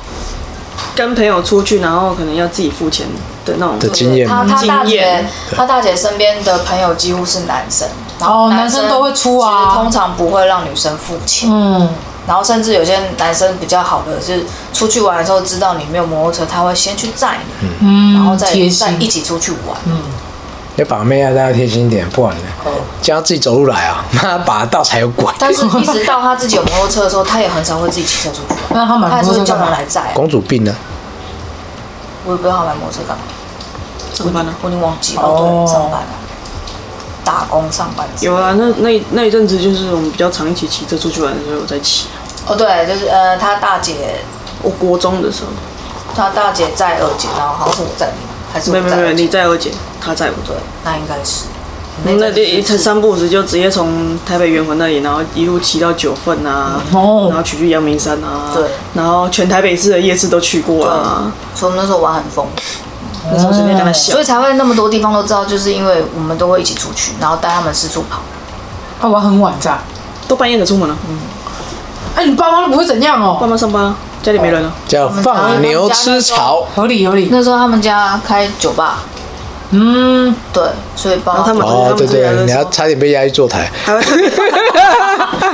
[SPEAKER 4] 跟朋友出去，然后可能要自己付钱的那种。
[SPEAKER 1] 的经验
[SPEAKER 2] 他他大
[SPEAKER 4] 经
[SPEAKER 2] 姐
[SPEAKER 4] 验，
[SPEAKER 2] 他大姐身边的朋友几乎是男生，然
[SPEAKER 3] 哦
[SPEAKER 2] 后
[SPEAKER 3] 男生都会出啊
[SPEAKER 2] 其实通常不会让女生付钱。
[SPEAKER 3] 嗯，
[SPEAKER 2] 然后甚至有些男生比较好的，就是出去玩的时候知道你没有摩托车，他会先去载你，嗯，然后再
[SPEAKER 3] 贴心嗯
[SPEAKER 2] 再一起出去玩。
[SPEAKER 1] 要把妹啊，大家贴心一点，不然呢，叫他自己走路来啊， [LAUGHS] 妈把道柴有拐。
[SPEAKER 2] 但是一直到他自己有摩托车的时候，他也很少会自己骑车出去玩，
[SPEAKER 3] [LAUGHS] 那他买
[SPEAKER 2] 他还
[SPEAKER 3] 摩
[SPEAKER 2] 是
[SPEAKER 3] 托
[SPEAKER 2] 会
[SPEAKER 3] 车
[SPEAKER 2] 叫
[SPEAKER 3] 干
[SPEAKER 2] 人
[SPEAKER 3] 嘛？
[SPEAKER 2] 来载啊。
[SPEAKER 1] 公主病呢？
[SPEAKER 2] 我也不知道他买摩托车干嘛，
[SPEAKER 4] 怎么办呢？
[SPEAKER 2] 我已经忘记了。
[SPEAKER 3] 哦
[SPEAKER 2] 对，上班啊，打工上班。
[SPEAKER 4] 有啊，那那那一阵子就是我们比较常一起骑车出去玩的时候，我在骑。啊
[SPEAKER 2] 哦，对，就是呃，他大姐，
[SPEAKER 4] 我国中的时候，
[SPEAKER 2] 他大姐载二姐，然后好像是我载你，还是
[SPEAKER 4] 没
[SPEAKER 2] 我
[SPEAKER 4] 有没
[SPEAKER 2] 载
[SPEAKER 4] 有没有，
[SPEAKER 2] 二
[SPEAKER 4] 你
[SPEAKER 2] 姐？
[SPEAKER 4] 在我姐，他在我。
[SPEAKER 2] 对，那应该是。
[SPEAKER 4] 那就
[SPEAKER 2] 阵
[SPEAKER 4] 一
[SPEAKER 2] 子是
[SPEAKER 4] 三不五时就直接从台北圆环那里，然后一路骑到九份
[SPEAKER 2] [LAUGHS]
[SPEAKER 4] 啊，
[SPEAKER 3] 哦
[SPEAKER 4] 然后骑去阳明山啊，
[SPEAKER 2] 对，
[SPEAKER 4] 然后全台北市的夜市都去过啊。
[SPEAKER 2] 所以我们那时候玩很疯，
[SPEAKER 4] 那时候随便跟他笑
[SPEAKER 2] 所以，才会那么多地方都知道，就是因为我们都会一起出去，然后带他们四处跑。
[SPEAKER 3] 他玩很晚这样。
[SPEAKER 4] 都半夜才出门了，啊
[SPEAKER 2] 嗯
[SPEAKER 3] 哎，你爸妈都不会怎样
[SPEAKER 4] 爸
[SPEAKER 3] 哦？
[SPEAKER 4] 妈上班啊，家里没人了，
[SPEAKER 1] 叫放牛吃草，
[SPEAKER 3] 合理合理。
[SPEAKER 2] 那时候他们家开酒吧，
[SPEAKER 3] 嗯，
[SPEAKER 2] 对，所以包
[SPEAKER 4] 然后他们
[SPEAKER 1] 哦，对对
[SPEAKER 4] 他，们
[SPEAKER 1] 你要
[SPEAKER 4] 说
[SPEAKER 1] 差点被压去坐台。
[SPEAKER 4] 还会。。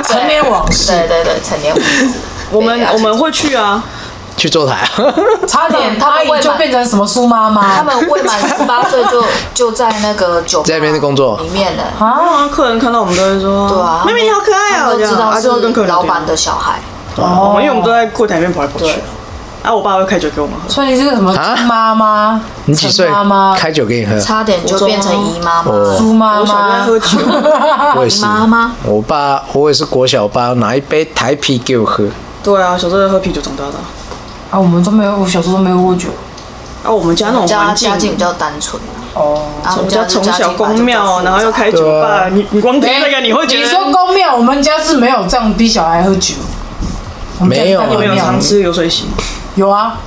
[SPEAKER 3] 成年往事
[SPEAKER 2] 对对对，成年往事
[SPEAKER 4] [LAUGHS] 我
[SPEAKER 2] 哎
[SPEAKER 4] 们我们会去啊，
[SPEAKER 1] 去坐台， [LAUGHS]
[SPEAKER 3] 差点
[SPEAKER 2] 他
[SPEAKER 3] 阿
[SPEAKER 2] 们
[SPEAKER 3] 姨
[SPEAKER 2] 会买
[SPEAKER 3] 就变成什么苏妈
[SPEAKER 2] 他
[SPEAKER 3] 妈
[SPEAKER 2] 们未满十八岁就就在那个酒吧
[SPEAKER 1] 在那边工作
[SPEAKER 2] 里面了，
[SPEAKER 3] 啊？
[SPEAKER 4] 啊，客人看到我们都会说，
[SPEAKER 2] 对啊，
[SPEAKER 4] 妹妹你好可爱
[SPEAKER 2] 他
[SPEAKER 4] 啊，
[SPEAKER 2] 们
[SPEAKER 4] 这
[SPEAKER 2] 都知
[SPEAKER 4] 样啊，就会
[SPEAKER 2] 道
[SPEAKER 4] 跟客
[SPEAKER 2] 是
[SPEAKER 4] 人
[SPEAKER 2] 老板
[SPEAKER 4] 聊
[SPEAKER 2] 的小孩，
[SPEAKER 4] 天，因为我们都在柜台里面跑来跑去
[SPEAKER 2] 对，
[SPEAKER 4] 啊，我爸会开酒给我们喝，
[SPEAKER 3] 所以你是个什么
[SPEAKER 1] 啊
[SPEAKER 3] 猪妈妈？
[SPEAKER 1] 你几岁
[SPEAKER 3] 陈妈妈？
[SPEAKER 1] 开酒给你喝？
[SPEAKER 2] 差点就变成姨妈妈，
[SPEAKER 1] 哦
[SPEAKER 3] 猪妈
[SPEAKER 4] 我小时候
[SPEAKER 3] 妈
[SPEAKER 4] 在？喝酒，
[SPEAKER 2] [LAUGHS]
[SPEAKER 1] 我也是。
[SPEAKER 2] 妈妈
[SPEAKER 1] 我爸，我也是国小爸拿一杯台啤给我喝。
[SPEAKER 4] 对啊，小时候在喝啤酒长大的啊，
[SPEAKER 3] 啊，我们都没有，我小时候都没有喝酒。
[SPEAKER 4] 啊，我们家那种
[SPEAKER 2] 家
[SPEAKER 4] 环
[SPEAKER 2] 家境比
[SPEAKER 4] 境。
[SPEAKER 2] 较单纯，
[SPEAKER 3] 哦。
[SPEAKER 2] 然后我
[SPEAKER 4] 我们
[SPEAKER 2] 们
[SPEAKER 4] 家
[SPEAKER 2] 家
[SPEAKER 4] 从
[SPEAKER 2] 家哎
[SPEAKER 4] 小
[SPEAKER 2] 境本来
[SPEAKER 4] 公
[SPEAKER 2] 就比较
[SPEAKER 4] 庙，
[SPEAKER 2] 复杂
[SPEAKER 4] 然后又开酒吧，
[SPEAKER 1] 对啊
[SPEAKER 4] 你你光听那个你会觉
[SPEAKER 3] 哎你
[SPEAKER 4] 得
[SPEAKER 3] 说公庙，我们家是没有这样逼小孩喝酒。我们家
[SPEAKER 1] 没有啊
[SPEAKER 3] 一般
[SPEAKER 4] 你们
[SPEAKER 3] 都
[SPEAKER 4] 有
[SPEAKER 3] 没
[SPEAKER 4] 常吃流水席，
[SPEAKER 3] 有啊，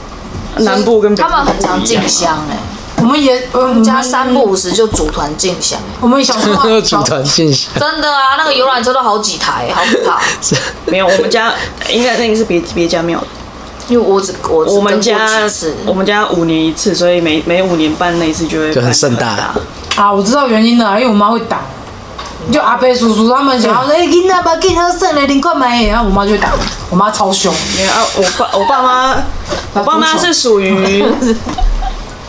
[SPEAKER 4] 南部跟北
[SPEAKER 2] 他
[SPEAKER 4] 部
[SPEAKER 2] 们很常
[SPEAKER 4] 不一样
[SPEAKER 2] 进香哎，
[SPEAKER 3] 我们嗯也我们
[SPEAKER 2] 家三不五时就组团进香，
[SPEAKER 3] 我们小时候
[SPEAKER 1] [LAUGHS]
[SPEAKER 3] [LAUGHS]
[SPEAKER 1] 组团进
[SPEAKER 4] 嗯
[SPEAKER 1] 行，
[SPEAKER 2] 真的啊，那个游览车都好几台，好可
[SPEAKER 4] [LAUGHS]
[SPEAKER 2] 怕。
[SPEAKER 4] 没有，我们家应该那个是别别家庙的，
[SPEAKER 2] 因为我只我只
[SPEAKER 4] 我们
[SPEAKER 2] 跟过
[SPEAKER 4] 家
[SPEAKER 2] 几次
[SPEAKER 4] 我们家五年一次，所以每每五年办那一次就会
[SPEAKER 1] 就很
[SPEAKER 4] 办
[SPEAKER 1] 盛大
[SPEAKER 4] 大，
[SPEAKER 3] 啊，我知道原因了，因为我妈会打。就阿伯叔叔他们想要说，哎，囡仔把囡仔剩了，你快买，然后我妈就会打，我妈超凶。
[SPEAKER 4] 没有啊，我爸我爸妈，我爸妈是属 [LAUGHS] 于，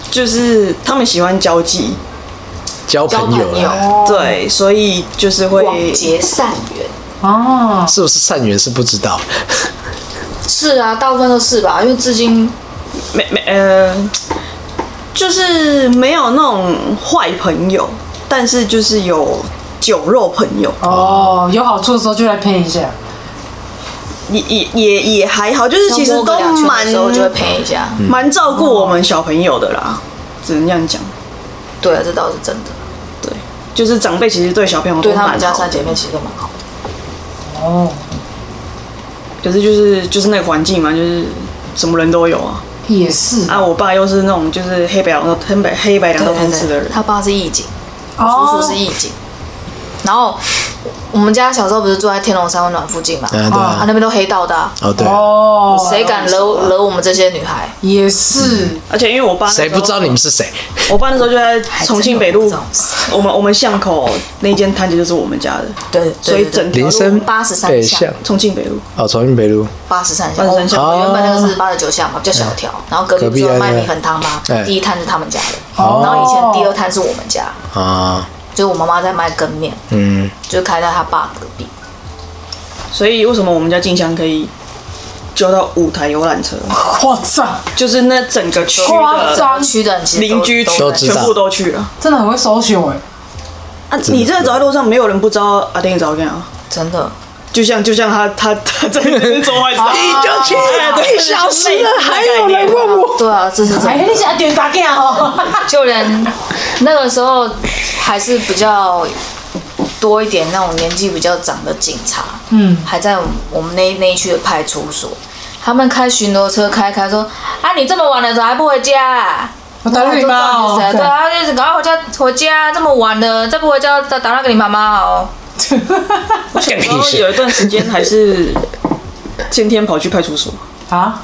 [SPEAKER 4] 就是他们喜欢交际，
[SPEAKER 1] 交
[SPEAKER 2] 交
[SPEAKER 1] 朋
[SPEAKER 2] 朋
[SPEAKER 1] 友啊，
[SPEAKER 2] 友，
[SPEAKER 4] 对，所以就是会
[SPEAKER 2] 广结善缘。
[SPEAKER 3] 哦，
[SPEAKER 1] 是不是善缘是不知道。
[SPEAKER 2] 是啊，大部分都是吧，因为至今
[SPEAKER 4] 没没呃，就是没有那种坏朋友，但是就是有酒肉朋友，
[SPEAKER 3] 哦，有好处的时候就来骗一下。
[SPEAKER 4] 也也也也还好，就是其实
[SPEAKER 2] 要摸个
[SPEAKER 4] 都
[SPEAKER 2] 两圈的
[SPEAKER 4] 蛮
[SPEAKER 2] 时候就会陪一下。
[SPEAKER 4] 蛮照顾我们小朋友的啦，只能这样讲。
[SPEAKER 2] 对啊，这倒是真的。
[SPEAKER 4] 对，就是长辈其实对小朋友都
[SPEAKER 2] 对他
[SPEAKER 4] 蛮
[SPEAKER 2] 们家
[SPEAKER 4] 好的
[SPEAKER 2] 三姐妹其实都蛮好的，
[SPEAKER 3] 哦，
[SPEAKER 4] 可是就是就是那个环境嘛，就是什么人都有啊。
[SPEAKER 3] 也是
[SPEAKER 4] 啊，我爸又是那种就是黑白两道黑白黑白两道通吃的人，
[SPEAKER 2] 他爸是义警，
[SPEAKER 3] 哦
[SPEAKER 2] 叔叔是义警。然后哦我们家小时候不是住在天龙山温暖附近嘛，
[SPEAKER 1] 嗯，对
[SPEAKER 2] 啊
[SPEAKER 1] 啊，
[SPEAKER 2] 那边都黑道的啊，
[SPEAKER 1] 哦对，
[SPEAKER 3] 哦，
[SPEAKER 2] 谁敢惹惹我们这些女孩？
[SPEAKER 3] 也是
[SPEAKER 4] 而且因为我爸那时候
[SPEAKER 1] 谁不知道你们是谁？
[SPEAKER 4] 我爸那时候就在重庆北
[SPEAKER 2] 还
[SPEAKER 4] 路
[SPEAKER 2] 真有这种事，
[SPEAKER 4] 我们我们巷口那间摊子就是我们家的，
[SPEAKER 2] 对，对
[SPEAKER 4] 所
[SPEAKER 2] 对
[SPEAKER 4] 以
[SPEAKER 2] 对
[SPEAKER 4] 整条
[SPEAKER 1] 林
[SPEAKER 4] 路
[SPEAKER 1] 森
[SPEAKER 2] 83
[SPEAKER 1] 北
[SPEAKER 2] 巷
[SPEAKER 1] 巷
[SPEAKER 4] 重庆北路
[SPEAKER 1] 哦，重庆北路，
[SPEAKER 2] 八十三巷，
[SPEAKER 4] 83巷
[SPEAKER 2] 我原本那个是八十九巷嘛，比较小条。然后隔壁不是有卖米粉汤吗
[SPEAKER 1] 隔壁啊？
[SPEAKER 2] 第一摊是他们家的，
[SPEAKER 3] 哦
[SPEAKER 2] 然后以前第二摊是我们家，
[SPEAKER 1] 啊，
[SPEAKER 2] 就是我妈妈在卖羹面，
[SPEAKER 1] 嗯，
[SPEAKER 2] 就是开在她爸隔壁。
[SPEAKER 4] 所以为什么我们家静香可以揪到五台游览车，
[SPEAKER 3] 夸张，
[SPEAKER 4] 就是那整个区
[SPEAKER 3] 夸
[SPEAKER 4] 的
[SPEAKER 3] 张，
[SPEAKER 2] 区的人其实都
[SPEAKER 4] 邻居
[SPEAKER 2] 都
[SPEAKER 1] 都
[SPEAKER 4] 全
[SPEAKER 1] 知道
[SPEAKER 4] 全部都去了。
[SPEAKER 3] 真的很会搜寻哎。
[SPEAKER 4] 啊，你这走在路上，没有人不知道阿丁找干啊。
[SPEAKER 2] 真的，
[SPEAKER 4] 就像就像他他他在哎那边做坏事， [LAUGHS] 你就去一小时了，还有人问我，
[SPEAKER 2] 对啊，这是真
[SPEAKER 3] 哎，
[SPEAKER 2] 的。
[SPEAKER 3] 你想点啥
[SPEAKER 2] [LAUGHS]
[SPEAKER 3] 干哦？
[SPEAKER 2] 就连那个时候还是比较多一点那种年纪比较长的警察，嗯，还在我们那那一区的派出所，他们开巡逻车开开说，啊，你这么晚了，怎么还不回家、啊？
[SPEAKER 3] 我打给你妈哦
[SPEAKER 2] 然后就照着谁对啊，就是赶快回家，回家这么晚了，再不回家打打电话给你妈妈哦。
[SPEAKER 1] 干
[SPEAKER 4] 然
[SPEAKER 1] 屁
[SPEAKER 4] 后
[SPEAKER 1] 事
[SPEAKER 4] 有一段时间还是天天跑去派出所。
[SPEAKER 3] 啊，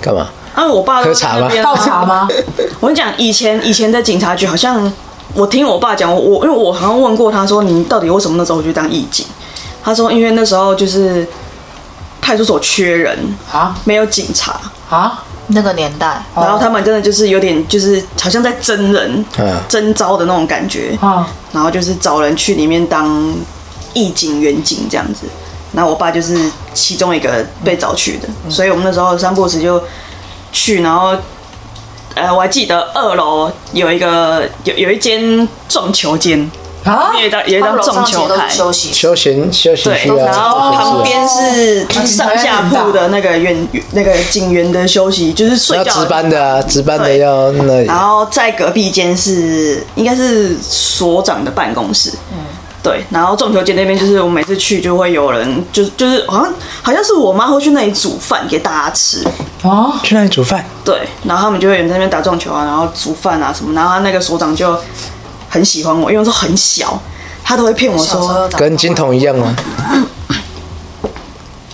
[SPEAKER 1] 干嘛？
[SPEAKER 4] 啊，我爸都
[SPEAKER 1] 喝茶吗
[SPEAKER 4] 在那边啊
[SPEAKER 3] 倒茶吗？
[SPEAKER 4] 我跟你讲，以前以前在警察局好像，我听我爸讲，我我因为我好像问过他说，你到底为什么那时候去当义警？他说因为那时候就是派出所缺人，
[SPEAKER 3] 啊
[SPEAKER 4] 没有警察，
[SPEAKER 3] 啊，
[SPEAKER 2] 那个年代，
[SPEAKER 4] 然后他们真的就是有点就是好像在征人、
[SPEAKER 1] 嗯
[SPEAKER 4] 征招的那种感觉，
[SPEAKER 3] 啊，
[SPEAKER 4] 然后就是找人去里面当义警、员警这样子。然后我爸就是其中一个被找去的，所以我们那时候三步时就去，然后呃，我还记得二楼有一个有有一间撞球间，
[SPEAKER 3] 啊
[SPEAKER 4] 有一张有一
[SPEAKER 2] 他们
[SPEAKER 4] 张
[SPEAKER 2] 楼上
[SPEAKER 4] 撞
[SPEAKER 2] 其实
[SPEAKER 4] 球
[SPEAKER 2] 都
[SPEAKER 4] 台
[SPEAKER 2] 是，休息室，
[SPEAKER 1] 休闲休闲
[SPEAKER 4] 对
[SPEAKER 1] 区，啊，
[SPEAKER 4] 然后哦旁
[SPEAKER 1] 这些是
[SPEAKER 4] 边是就是上下铺的那个员那个警员的休息，就是睡
[SPEAKER 1] 要
[SPEAKER 4] 觉的地
[SPEAKER 1] 值
[SPEAKER 4] 方
[SPEAKER 1] 班的啊，值班的
[SPEAKER 4] 对
[SPEAKER 1] 要那里
[SPEAKER 4] 然后在隔壁间是应该是所长的办公室，嗯，对。然后撞球间那边就是我每次去就会有人，就就是好像好像是我妈会去那里煮饭给大家吃，
[SPEAKER 3] 啊，
[SPEAKER 1] 去那里煮饭。
[SPEAKER 4] 对。然后他们就会有人在那边打撞球啊，然后煮饭啊什么。然后他那个所长就很喜欢我，因为说很小，他都会骗我
[SPEAKER 2] 小时候
[SPEAKER 4] 说，
[SPEAKER 2] 打
[SPEAKER 1] 跟金童一样吗？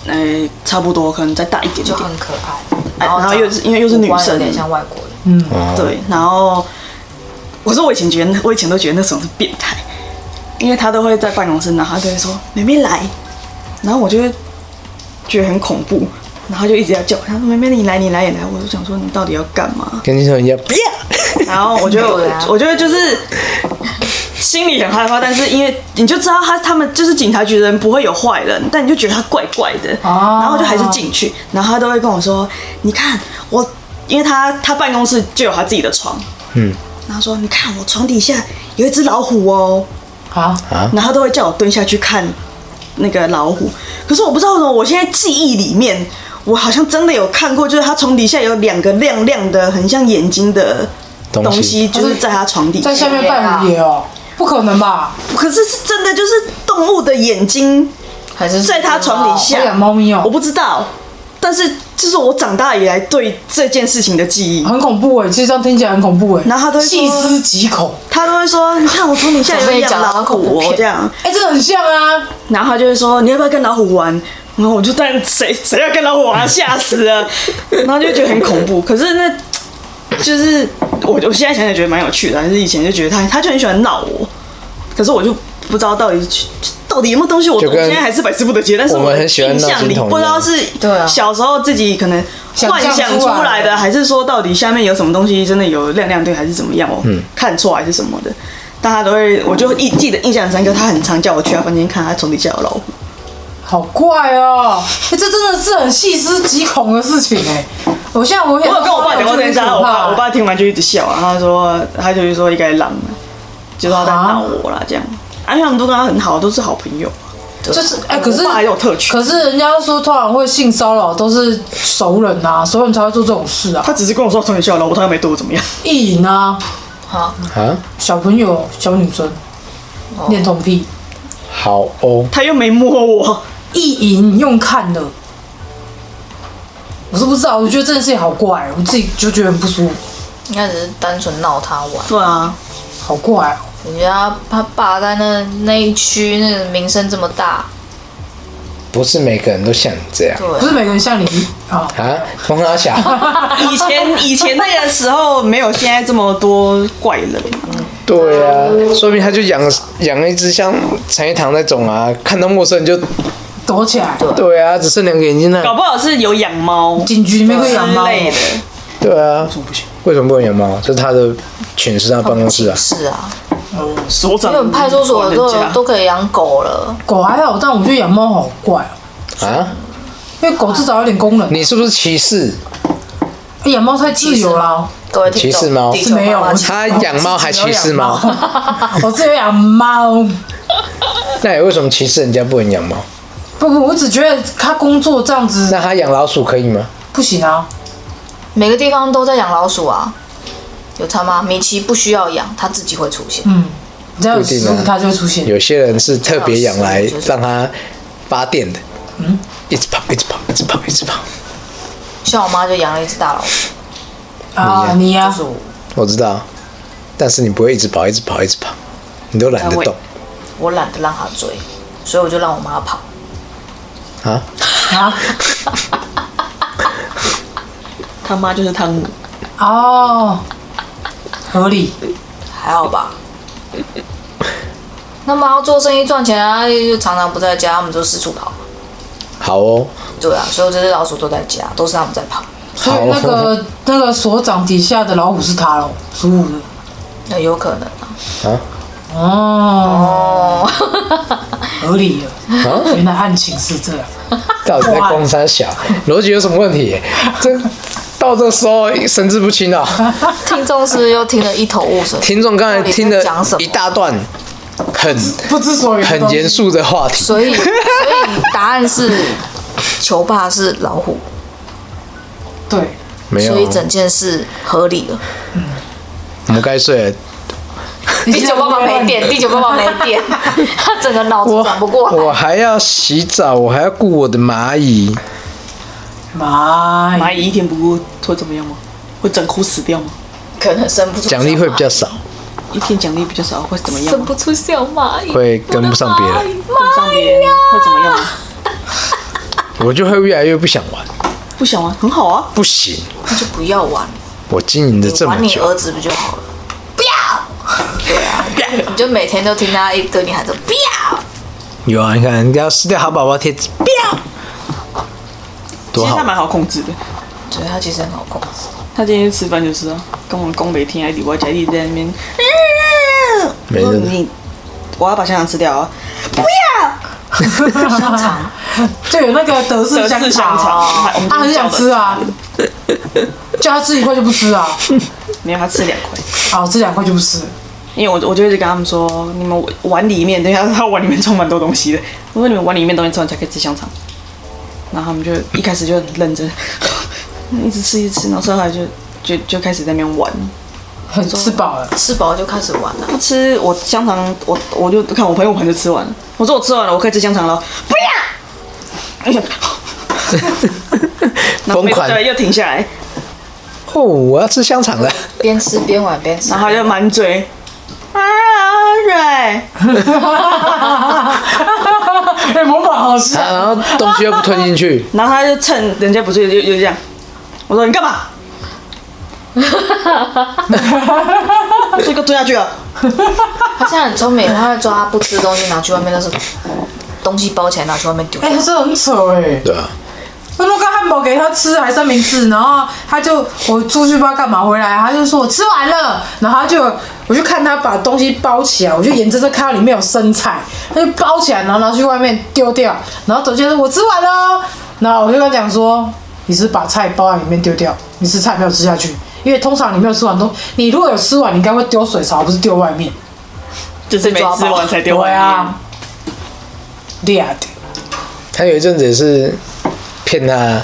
[SPEAKER 4] 哎、差不多，可能再大一点
[SPEAKER 2] 就
[SPEAKER 4] 点，
[SPEAKER 2] 很可爱，
[SPEAKER 4] 哎然后又是因为又是女
[SPEAKER 2] 五官有
[SPEAKER 4] 生
[SPEAKER 2] 点像外国人，
[SPEAKER 4] 对。然后我说我以前觉得，我以前都觉得那种是变态，因为他都会在办公室，然后他就会说“妹妹来”，然后我就会觉得很恐怖，然后他就一直要叫我，他说“妹妹你来，你来，你来”，我就想说你到底要干嘛？
[SPEAKER 1] 跟金童一样，不要
[SPEAKER 4] 然后我就、
[SPEAKER 2] 对啊
[SPEAKER 4] 我就会就是心里很害怕，但是因为你就知道他他们就是警察局的人不会有坏人，但你就觉得他怪怪的，
[SPEAKER 3] 哦
[SPEAKER 4] 然后就还是进去，然后他都会跟我说：“你看我，因为他他办公室就有他自己的床，
[SPEAKER 1] 嗯，
[SPEAKER 4] 然后说你看我床底下有一只老虎哦，
[SPEAKER 3] 好，
[SPEAKER 4] 然后他都会叫我蹲下去看那个老虎，可是我不知道为什么，我现在记忆里面。”我好像真的有看过，就是他床底下有两个亮亮的，很像眼睛的
[SPEAKER 1] 东
[SPEAKER 4] 东
[SPEAKER 1] 西
[SPEAKER 4] 西就是在他床底下
[SPEAKER 3] 在，下面扮野哦，不可能吧？
[SPEAKER 4] 可是是真的就是动物的眼睛
[SPEAKER 2] 还是
[SPEAKER 4] 在他床底
[SPEAKER 3] 我养
[SPEAKER 4] 下，
[SPEAKER 3] 猫咪
[SPEAKER 4] 我
[SPEAKER 3] 哦，
[SPEAKER 4] 不知道。但是这是我长大以来对这件事情的记忆，
[SPEAKER 3] 很恐怖哎，其实这样听起来很恐怖哎，
[SPEAKER 4] 然后他都会说
[SPEAKER 3] 细思极恐，
[SPEAKER 4] 他都会说：“你看我床底下有养老虎哦，这样。
[SPEAKER 3] 哎，这个很像啊，”
[SPEAKER 4] 然后他就会说：“你要不要跟老虎玩？”然后我就但谁谁要跟老虎玩，吓死了。然后就觉得很恐怖。可是那就是我我现在想想觉得蛮有趣的，还是以前就觉得他他就很喜欢闹我，可是我就不知道到底是到底有没有东西我，我
[SPEAKER 1] 就跟
[SPEAKER 4] 现在还是百思不得其解。但是
[SPEAKER 1] 我
[SPEAKER 4] 我
[SPEAKER 1] 们
[SPEAKER 4] 的
[SPEAKER 1] 很喜欢
[SPEAKER 4] 印
[SPEAKER 1] 闹
[SPEAKER 4] 象
[SPEAKER 1] 金
[SPEAKER 4] 里
[SPEAKER 1] 童一样
[SPEAKER 4] 不知道是
[SPEAKER 2] 对啊
[SPEAKER 4] 小时候自己可能幻想出
[SPEAKER 3] 想象
[SPEAKER 4] 来
[SPEAKER 3] 出来
[SPEAKER 4] 的，还是说到底下面有什么东西真的有亮亮对，还是怎么样？我看错还是什么的。大家都会，我就印记得印象很深刻，他很常叫我去他房间看他床底下有老虎。
[SPEAKER 3] 好怪哦，哎，这真的是很细思极恐的事情哎，我现在我也
[SPEAKER 4] 我有跟我爸讲过这件事，我爸我爸听完就一直笑啊，他说他就是说一个狼啊，就是他在闹我啦这样。而且他们都跟他很好，都是好朋友。
[SPEAKER 3] 就是哎，可是
[SPEAKER 4] 我爸还有特权
[SPEAKER 3] 可是人家说通常会性骚扰都是熟人啊，熟人才会做这种事啊，
[SPEAKER 4] 他只是跟我说他从底下有老虎，他又没对我怎么样。
[SPEAKER 3] 意淫啊，
[SPEAKER 2] 好，
[SPEAKER 1] 啊，
[SPEAKER 3] 小朋友小女生
[SPEAKER 4] 哦
[SPEAKER 3] 恋童癖，
[SPEAKER 1] 好哦，
[SPEAKER 4] 他又没摸我，
[SPEAKER 3] 意淫用看的，我是不知道，我觉得这件事情好怪，我自己就觉得很不舒服，
[SPEAKER 2] 应该只是单纯闹他玩。
[SPEAKER 4] 对啊，
[SPEAKER 3] 好怪哦。
[SPEAKER 2] 人家他爸在那那一区，那个名声这么大，
[SPEAKER 1] 不是每个人都像你这样
[SPEAKER 2] 对，
[SPEAKER 3] 不是每个人像你啊，
[SPEAKER 1] 啊，风拉
[SPEAKER 4] [LAUGHS]
[SPEAKER 1] 小，
[SPEAKER 4] 以前以前那个时候没有现在这么多怪人，
[SPEAKER 1] 对啊，说不定他就养养一只像陈一堂那种啊，看到陌生人就
[SPEAKER 3] 躲起来，
[SPEAKER 1] 对啊，只剩两个眼睛
[SPEAKER 4] 搞
[SPEAKER 1] 了，
[SPEAKER 4] 不好是有养猫之
[SPEAKER 3] 警局里面会养猫，
[SPEAKER 4] 类的。
[SPEAKER 1] 对啊，为什么不能养猫？这是他的寝室，他的办公室啊，
[SPEAKER 2] 是啊，
[SPEAKER 4] 所
[SPEAKER 2] 因
[SPEAKER 4] 长
[SPEAKER 2] 为我们派出所都
[SPEAKER 4] 管人
[SPEAKER 2] 有
[SPEAKER 4] 家
[SPEAKER 2] 都可以养狗了，
[SPEAKER 3] 狗还好，但我觉得养猫好怪哦，
[SPEAKER 1] 啊，
[SPEAKER 3] 因为狗至少有点功能，
[SPEAKER 1] 你是不是歧视？
[SPEAKER 3] 哎养猫太自由了。
[SPEAKER 2] 各位听
[SPEAKER 1] 歧
[SPEAKER 2] 众
[SPEAKER 1] 视猫
[SPEAKER 2] 地球
[SPEAKER 3] 是没有啊
[SPEAKER 2] 妈妈
[SPEAKER 3] 我
[SPEAKER 1] 他养猫还歧视
[SPEAKER 2] 哦
[SPEAKER 1] 猫？
[SPEAKER 3] 我自己有养猫，
[SPEAKER 1] [LAUGHS] 那你为什么歧视人家不能养猫？
[SPEAKER 3] 不不，我只觉得他工作这样子
[SPEAKER 1] 那他养老鼠可以吗？
[SPEAKER 3] 不行啊。
[SPEAKER 2] 每个地方都在养老鼠啊，有差吗？米奇不需要养，它自己会出现。
[SPEAKER 3] 嗯，只要有
[SPEAKER 1] 不一定
[SPEAKER 3] 食
[SPEAKER 1] 啊
[SPEAKER 3] 物，它就会出现。
[SPEAKER 1] 有些人是特别养来让它发电的，
[SPEAKER 2] 嗯
[SPEAKER 1] 一直跑，一直跑，一直跑，一直跑。
[SPEAKER 2] 像我妈就养了一只大老鼠，
[SPEAKER 3] 啊，你呀、
[SPEAKER 2] 就是我
[SPEAKER 1] 我知道，但是你不会一直跑，一直跑，一直跑，你都懒得动
[SPEAKER 2] 我懒得让它追，所以我就让我妈跑。
[SPEAKER 1] 啊。
[SPEAKER 3] 啊，
[SPEAKER 4] 他妈就是汤姆，
[SPEAKER 3] 哦，合理。
[SPEAKER 2] 还好
[SPEAKER 1] [LAUGHS]
[SPEAKER 2] 吧。那么要做生意赚钱啊，就常常不在家，他们就四处跑。
[SPEAKER 1] 好哦，
[SPEAKER 2] 对啊，所有这些老鼠都在家，都是他们在跑。
[SPEAKER 3] 所以那个那个所长底下的老虎是他喽，属虎的。
[SPEAKER 2] 那有可能啊。
[SPEAKER 3] 哦，
[SPEAKER 2] 哦，
[SPEAKER 3] [LAUGHS] 合理了。
[SPEAKER 1] 啊
[SPEAKER 3] 原来案情是这样。
[SPEAKER 1] 到底在
[SPEAKER 3] 哇
[SPEAKER 1] 公山小，
[SPEAKER 2] [LAUGHS]
[SPEAKER 1] 逻辑有什么问题？这到这时候神志不清啊！
[SPEAKER 2] 听众是不是又听得一头雾水？
[SPEAKER 1] 听众刚才
[SPEAKER 2] 到底在
[SPEAKER 1] 听了
[SPEAKER 2] 讲什么
[SPEAKER 1] 一大段很
[SPEAKER 3] 不知所云，
[SPEAKER 1] 很严。肃的话题，
[SPEAKER 2] 所以，所以答案是球爸是老虎，
[SPEAKER 3] 对，
[SPEAKER 1] 没有
[SPEAKER 2] 所，以整件事合理了。
[SPEAKER 1] 我们该睡了。
[SPEAKER 3] 你
[SPEAKER 2] 第
[SPEAKER 3] 现在
[SPEAKER 2] 九爸爸没电，第九爸爸没电， [LAUGHS] 他整个脑子转不过
[SPEAKER 1] 我
[SPEAKER 2] 来。
[SPEAKER 1] 还要洗澡，我还要顾我的蚂蚁。
[SPEAKER 3] 妈呀，
[SPEAKER 4] 蚂蚁一天不过会怎么样吗？会整窟死掉吗？
[SPEAKER 2] 可能生不出
[SPEAKER 1] 奖励会比较少，
[SPEAKER 4] 一天奖励比较少，会怎么样
[SPEAKER 2] 生
[SPEAKER 4] 吗？
[SPEAKER 2] 不出小蚂蚁，
[SPEAKER 1] 会跟不上别人
[SPEAKER 2] 我的蚂蚁。
[SPEAKER 4] 跟上别人会怎么样吗？
[SPEAKER 1] 我就会越来越不想玩。
[SPEAKER 4] 不想啊，很好啊，
[SPEAKER 1] 不行，
[SPEAKER 2] 那就不要玩，
[SPEAKER 1] 我经营了
[SPEAKER 2] 你
[SPEAKER 1] 这
[SPEAKER 2] 玩
[SPEAKER 1] 么
[SPEAKER 2] 你儿
[SPEAKER 1] 久，
[SPEAKER 2] 子不就好了？不要。对啊，你就每天都听他一对你喊着不要，
[SPEAKER 1] 有啊，你看人家撕掉好宝宝贴纸，不要，
[SPEAKER 4] 其
[SPEAKER 1] 多
[SPEAKER 4] 实
[SPEAKER 1] 好
[SPEAKER 4] 他。蛮好控制的。
[SPEAKER 2] 所以他其实很好控制。
[SPEAKER 4] 他今天去吃饭就是啊，跟我们公北天还礼外家弟在那边，
[SPEAKER 1] 没
[SPEAKER 4] 我说
[SPEAKER 1] 人
[SPEAKER 4] 你，我要把香肠吃掉啊！
[SPEAKER 3] 就有那个德式
[SPEAKER 4] 德
[SPEAKER 3] 香
[SPEAKER 4] 式香
[SPEAKER 3] 肠，
[SPEAKER 4] 肠，我们
[SPEAKER 3] 他很想吃啊，叫他吃一块就不吃啊，
[SPEAKER 4] 没有他吃两块，
[SPEAKER 3] 好吃两块就不吃。
[SPEAKER 4] 因为我我就一直跟他们说，你们碗里面，等一下他碗里面装蛮多东西的，我说你们碗里面东西吃完才可以吃香肠，然后他们就一开始就很认真，一直吃一直吃，然后吃到后来就就就开始在那边玩，
[SPEAKER 3] 很吃饱了， [LAUGHS]
[SPEAKER 2] 吃饱就开始玩了，
[SPEAKER 4] 不吃我香肠，我我就看我朋友盘就吃完了，我说我吃完了，我可以吃香肠了，不
[SPEAKER 1] [LAUGHS]
[SPEAKER 4] 要，然后
[SPEAKER 1] 疯
[SPEAKER 4] 没
[SPEAKER 1] 狂
[SPEAKER 4] 对又停下来，
[SPEAKER 1] 哦！我要吃香肠了，
[SPEAKER 2] 边吃边玩边吃
[SPEAKER 4] 然。后他就满嘴啊瑞，
[SPEAKER 3] 哎，模仿好吃
[SPEAKER 1] 啊，然后东西又不吞进去，
[SPEAKER 4] 然后他就趁人家不注意就就这样，我说你干嘛？ [LAUGHS] 这个蹲下去了，
[SPEAKER 2] 他现在很聪明，他会抓不吃的东西拿去外面那是东西包起来拿去外面丢。
[SPEAKER 3] 哎，这很扯哎。
[SPEAKER 1] 对啊吧？
[SPEAKER 3] 我弄个汉堡给他吃，还三明治，然后他就我出去不知道干嘛，回来他就说我吃完了，然后他就我就看他把东西包起来，我就眼睁睁看到里面有生菜，他就包起来，然后拿去外面丢掉，然后走进来说我吃完了哦，然后我就跟他讲说你是不是把菜包在里面丢掉，你是菜没有吃下去，因为通常你没有吃完都，你如果有吃完，你应该会丢水槽，而不是丢外面。
[SPEAKER 4] 就是没吃完才丢
[SPEAKER 3] 对
[SPEAKER 4] 外面
[SPEAKER 3] 啊。，俩的，
[SPEAKER 1] 他有一阵子也是骗他，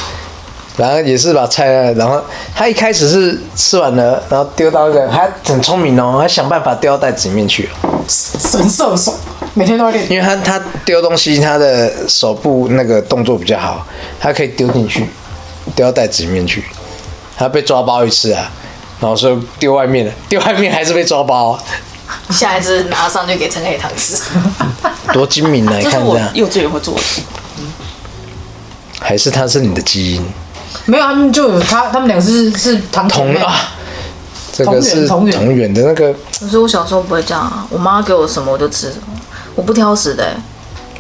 [SPEAKER 1] 然后也是把菜，然后他一开始是吃完了，然后丢到那个，他很聪明哦，他想办法丢到袋子里面去，
[SPEAKER 3] 神射手，每天都要练。
[SPEAKER 1] 因为他他丢东西，他的手部那个动作比较好，他可以丢进去，丢到袋子里面去。他被抓包一次啊，然后说丢外面了， [LAUGHS] 丢外面还是被抓包、啊，
[SPEAKER 2] 下一次拿上去给陈凯堂吃。
[SPEAKER 1] 多精明啊！你
[SPEAKER 4] 这是
[SPEAKER 1] 看
[SPEAKER 4] 我
[SPEAKER 1] 这样，
[SPEAKER 4] 幼稚园会做的事，
[SPEAKER 1] 还是他是你的基因
[SPEAKER 3] 没有，他们就有他，他们两个是是堂姐
[SPEAKER 1] 同
[SPEAKER 3] 妹
[SPEAKER 1] 啊，这个是
[SPEAKER 3] 同源同源
[SPEAKER 1] 同源的那个，
[SPEAKER 2] 可是我小时候不会这样啊，我妈给我什么我就吃什么，我不挑食的、欸。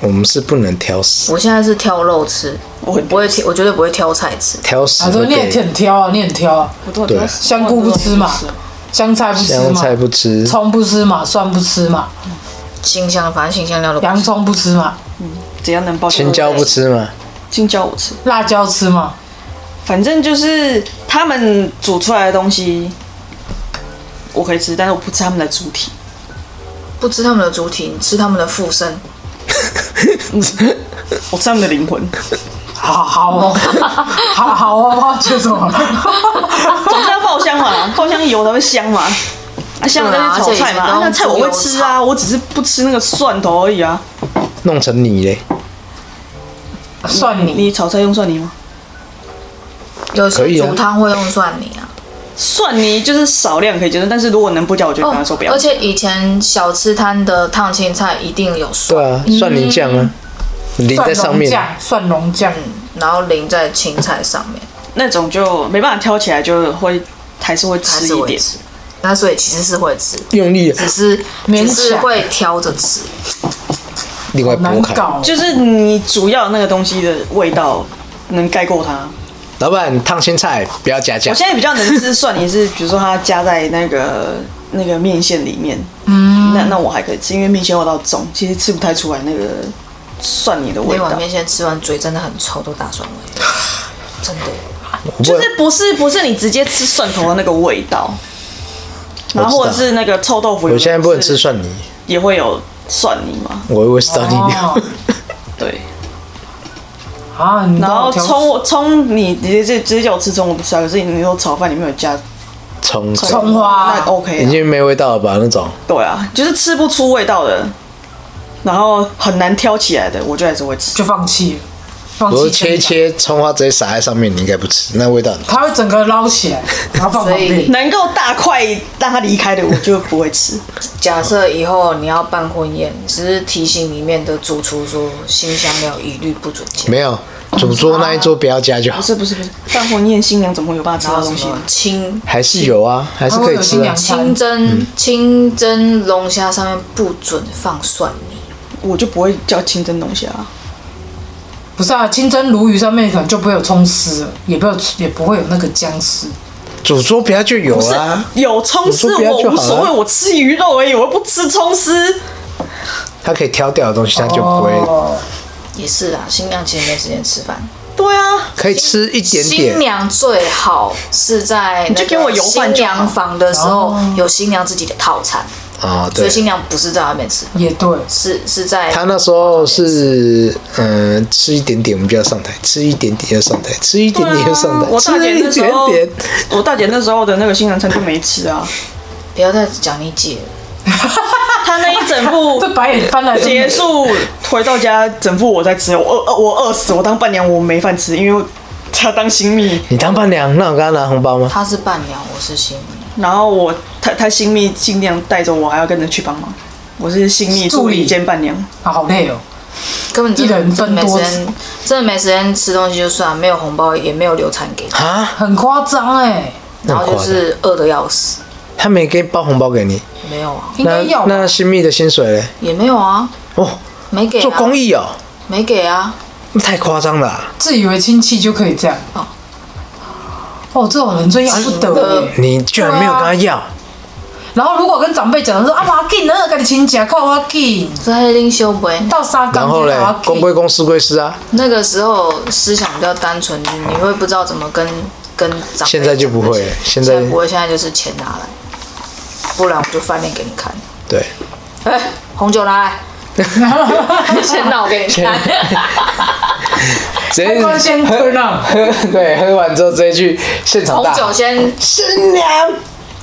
[SPEAKER 1] 我们是不能挑食，
[SPEAKER 2] 我现在是挑肉吃，
[SPEAKER 4] 我
[SPEAKER 2] 我不会挑，我绝对不会挑菜吃。
[SPEAKER 1] 挑食
[SPEAKER 3] 他说
[SPEAKER 1] 会
[SPEAKER 3] 你也
[SPEAKER 1] 被
[SPEAKER 3] 很挑啊，你很挑啊，
[SPEAKER 4] 我都
[SPEAKER 1] 对
[SPEAKER 4] 都
[SPEAKER 3] 香菇不吃嘛，香菜不吃
[SPEAKER 1] 香
[SPEAKER 3] 嘛，
[SPEAKER 1] 菜不吃，
[SPEAKER 3] 葱不吃嘛，蒜不吃嘛，
[SPEAKER 2] 新香，反正新香料都不
[SPEAKER 3] 洋
[SPEAKER 2] 吃
[SPEAKER 3] 葱不吃嘛，
[SPEAKER 4] 只要能包
[SPEAKER 1] 青椒不，吃嘛，
[SPEAKER 4] 青椒我吃，
[SPEAKER 3] 辣椒吃嘛，
[SPEAKER 4] 反正就是他们煮出来的东西我可以吃，但是我不吃他们的主体。
[SPEAKER 2] 不吃他们的主体，你吃他们的附身。
[SPEAKER 4] 我吃他们的
[SPEAKER 2] [LAUGHS]
[SPEAKER 4] 灵魂。
[SPEAKER 3] 好好
[SPEAKER 4] [LAUGHS]
[SPEAKER 3] 哦，好好哦，就这么了，
[SPEAKER 4] 总是要爆香嘛，爆香油才会香嘛。啊，像那些炒菜嘛，
[SPEAKER 2] 对啊而且以前都
[SPEAKER 4] 啊
[SPEAKER 2] 用
[SPEAKER 4] 那菜我会吃
[SPEAKER 2] 猪油
[SPEAKER 4] 啊，
[SPEAKER 2] 炒
[SPEAKER 4] 我只是不吃那个蒜头而已啊。
[SPEAKER 1] 弄成泥嘞，
[SPEAKER 3] 蒜泥，
[SPEAKER 4] 你炒菜用蒜泥吗？
[SPEAKER 2] 有
[SPEAKER 1] 可
[SPEAKER 2] 些
[SPEAKER 1] 以啊
[SPEAKER 2] 煮汤会用蒜泥啊。
[SPEAKER 4] 蒜泥就是少量可以接受，但是如果能不加，我就跟他说不要
[SPEAKER 2] 哦而。且以前小吃摊的烫青菜一定有
[SPEAKER 1] 对
[SPEAKER 2] 蒜，
[SPEAKER 1] 啊，蒜泥酱啊，淋在
[SPEAKER 3] 嗯蒜
[SPEAKER 1] 上
[SPEAKER 3] 蓉
[SPEAKER 1] 面，
[SPEAKER 3] 酱，蒜蓉酱，
[SPEAKER 2] 然后淋在青菜上面，
[SPEAKER 4] 那种就没办法挑起来，就会还是会
[SPEAKER 2] 还
[SPEAKER 4] 吃
[SPEAKER 2] 是
[SPEAKER 4] 一
[SPEAKER 2] 会
[SPEAKER 4] 点。
[SPEAKER 2] 吃。那所以其实是会吃，
[SPEAKER 1] 用力啊
[SPEAKER 2] 只是
[SPEAKER 3] 勉
[SPEAKER 2] 只
[SPEAKER 3] 强
[SPEAKER 2] 是会挑着吃。
[SPEAKER 1] 另外
[SPEAKER 3] 难
[SPEAKER 1] 剥开。
[SPEAKER 3] 搞。
[SPEAKER 4] 就是你主要那个东西的味道能盖过它。
[SPEAKER 1] 老板，烫青菜不要加
[SPEAKER 4] 我
[SPEAKER 1] 酱，
[SPEAKER 4] 现在比较能吃蒜泥是，比如说它加在那个那个面线里面，嗯，那那我还可以吃，因为面线味道重，其实吃不太出来那个蒜泥的味
[SPEAKER 2] 那
[SPEAKER 4] 道
[SPEAKER 2] 碗。啊面线吃完嘴真的很臭，都打蒜味，真的。
[SPEAKER 4] 就是不是不是你直接吃蒜头的那个味道，
[SPEAKER 1] 道
[SPEAKER 4] 然后或者是那个臭豆腐，
[SPEAKER 1] 我现在不能吃，蒜泥，
[SPEAKER 4] 也会有蒜泥嘛，
[SPEAKER 1] 我会知道你尿。
[SPEAKER 3] 哦
[SPEAKER 4] 对。
[SPEAKER 3] 啊，你
[SPEAKER 4] 然后
[SPEAKER 3] 都有挑
[SPEAKER 4] 葱我葱你直接直接叫我吃葱我不吃啊，可是你说炒饭里面有加
[SPEAKER 1] [LAUGHS] 葱
[SPEAKER 3] 葱花
[SPEAKER 4] 那 OK
[SPEAKER 1] 已
[SPEAKER 4] 啊、
[SPEAKER 1] 经没味道了吧？那种
[SPEAKER 4] 对啊，就是吃不出味道的，然后很难挑起来的，我就还是会吃。
[SPEAKER 3] 就放弃了，放
[SPEAKER 1] 我
[SPEAKER 3] 弃
[SPEAKER 1] 说切一
[SPEAKER 3] 生长，
[SPEAKER 1] 切葱花直接撒在上面，你应该不吃，那味道很
[SPEAKER 3] 它会整个捞起来，然后放旁
[SPEAKER 2] 所以
[SPEAKER 3] 边。
[SPEAKER 4] 能够大块让它离开的，我就不会
[SPEAKER 3] [LAUGHS]
[SPEAKER 4] 吃。
[SPEAKER 2] 假设以后你要办婚宴，只是提醒里面的主厨说新香料一律不准加，
[SPEAKER 1] 没有。主桌那一桌不要加就好
[SPEAKER 3] 啊
[SPEAKER 4] 不，哦是不是不是，办婚宴新娘怎么会有办法吃
[SPEAKER 2] 然
[SPEAKER 4] 到
[SPEAKER 2] 后什
[SPEAKER 4] 东西呢
[SPEAKER 2] 么？清
[SPEAKER 1] 还是有啊，还是可以吃啊。
[SPEAKER 2] 清蒸清蒸龙虾上面不准放蒜泥，
[SPEAKER 4] 我就不会叫清蒸龙虾、啊。
[SPEAKER 3] 不是啊，清蒸鲈鱼上面可能就不会有葱丝了，也不会有也不会有那个姜丝。
[SPEAKER 1] 主桌不要就有
[SPEAKER 4] 不是
[SPEAKER 1] 啊，
[SPEAKER 4] 有葱
[SPEAKER 1] 你
[SPEAKER 4] 丝
[SPEAKER 1] 说不要
[SPEAKER 4] 我
[SPEAKER 1] 就
[SPEAKER 4] 无
[SPEAKER 1] 好啊
[SPEAKER 4] 所谓，我吃鱼肉而已，我又不吃葱丝。
[SPEAKER 1] 它可以挑掉的东西，它就不会。
[SPEAKER 3] 哦，
[SPEAKER 2] 也是啊，新娘其实没时间吃饭。
[SPEAKER 4] 对啊，
[SPEAKER 1] 可以吃一点
[SPEAKER 2] 新
[SPEAKER 1] 点，
[SPEAKER 2] 娘最好是在那
[SPEAKER 4] 你就给我
[SPEAKER 2] 个
[SPEAKER 4] 油
[SPEAKER 2] 新
[SPEAKER 4] 饭就好
[SPEAKER 2] 娘房的时候有新娘自己的套餐，
[SPEAKER 1] 啊，
[SPEAKER 2] 所
[SPEAKER 1] 对
[SPEAKER 2] 以。新娘不是在外面吃，
[SPEAKER 3] 也对，
[SPEAKER 2] 是是在
[SPEAKER 1] 他那时候是，嗯，吃一点点我们就要上台，吃一点点就上台，吃一点点就上台，
[SPEAKER 4] [LAUGHS] 啊我大
[SPEAKER 1] 吃
[SPEAKER 4] 姐那
[SPEAKER 1] 一
[SPEAKER 4] 时
[SPEAKER 1] 点
[SPEAKER 4] 候
[SPEAKER 1] 点。，
[SPEAKER 4] 我大姐那时候的那个新娘餐就没吃啊。
[SPEAKER 2] 不要再讲你姐了，
[SPEAKER 4] [LAUGHS] 她那一整 [LAUGHS] 副
[SPEAKER 3] 这白眼翻来
[SPEAKER 4] 结
[SPEAKER 3] 结束，
[SPEAKER 4] 束 [LAUGHS] 回到家，整副我在吃，我饿，呃我饿死，我当伴娘我没饭吃，因为她当新蜜，
[SPEAKER 1] 你当伴娘，那我刚刚拿红包吗？
[SPEAKER 2] 她是伴娘，我是新娘，
[SPEAKER 4] 然后我她她新蜜尽量带着我，还要跟着去帮忙。我是新蜜
[SPEAKER 3] 助
[SPEAKER 4] 助
[SPEAKER 3] 理
[SPEAKER 4] 理兼伴娘，
[SPEAKER 3] 啊，好累哦。
[SPEAKER 2] 根本真的
[SPEAKER 3] 一人分
[SPEAKER 2] 真的没
[SPEAKER 3] 多
[SPEAKER 2] 时间，真的没时间吃东西就算，没有红包也没有留餐给你，
[SPEAKER 1] 啊，
[SPEAKER 3] 很夸张哎，
[SPEAKER 1] 那
[SPEAKER 2] 然后
[SPEAKER 1] 很
[SPEAKER 2] 就
[SPEAKER 1] 夸张
[SPEAKER 2] 是饿的要死，
[SPEAKER 1] 他没给包红包给你，
[SPEAKER 2] 没有啊，
[SPEAKER 3] 应
[SPEAKER 1] 那
[SPEAKER 3] 该要吧
[SPEAKER 1] 那新密的薪水嘞？
[SPEAKER 2] 也没有啊，
[SPEAKER 1] 哦，
[SPEAKER 2] 没给、啊、
[SPEAKER 1] 做公益哦，
[SPEAKER 2] 没给啊，
[SPEAKER 1] 那太夸张了啊、
[SPEAKER 3] 自以为亲戚就可以这样
[SPEAKER 2] 哦。
[SPEAKER 3] 哦，这种人最要不得耶。
[SPEAKER 1] 你居然没有跟他要，
[SPEAKER 3] 啊然后如果跟长辈讲说啊，我紧，那个跟你亲戚靠我紧，
[SPEAKER 2] 所以拎修不会
[SPEAKER 3] 到三
[SPEAKER 1] 然
[SPEAKER 3] 缸
[SPEAKER 1] 后
[SPEAKER 3] 就
[SPEAKER 1] 嘞
[SPEAKER 3] 要，
[SPEAKER 1] 公归公，私归私啊，
[SPEAKER 2] 那个时候思想比较单纯，你会不知道怎么跟跟长辈。
[SPEAKER 1] 现在就不会了
[SPEAKER 2] 现
[SPEAKER 1] 现在
[SPEAKER 2] 不会，现在就是钱拿来，不然我就翻脸给你看。
[SPEAKER 1] 对，
[SPEAKER 2] 哎、红酒拿
[SPEAKER 1] [LAUGHS]
[SPEAKER 2] 来，先拿我给你看。
[SPEAKER 1] 直
[SPEAKER 3] 公关
[SPEAKER 1] 接
[SPEAKER 3] 先啊
[SPEAKER 1] [LAUGHS]
[SPEAKER 3] 吞了。
[SPEAKER 1] 喝，对，喝完之后直接去现场
[SPEAKER 2] 红
[SPEAKER 1] 大
[SPEAKER 2] 酒
[SPEAKER 1] 喊，
[SPEAKER 2] 先，
[SPEAKER 1] 新娘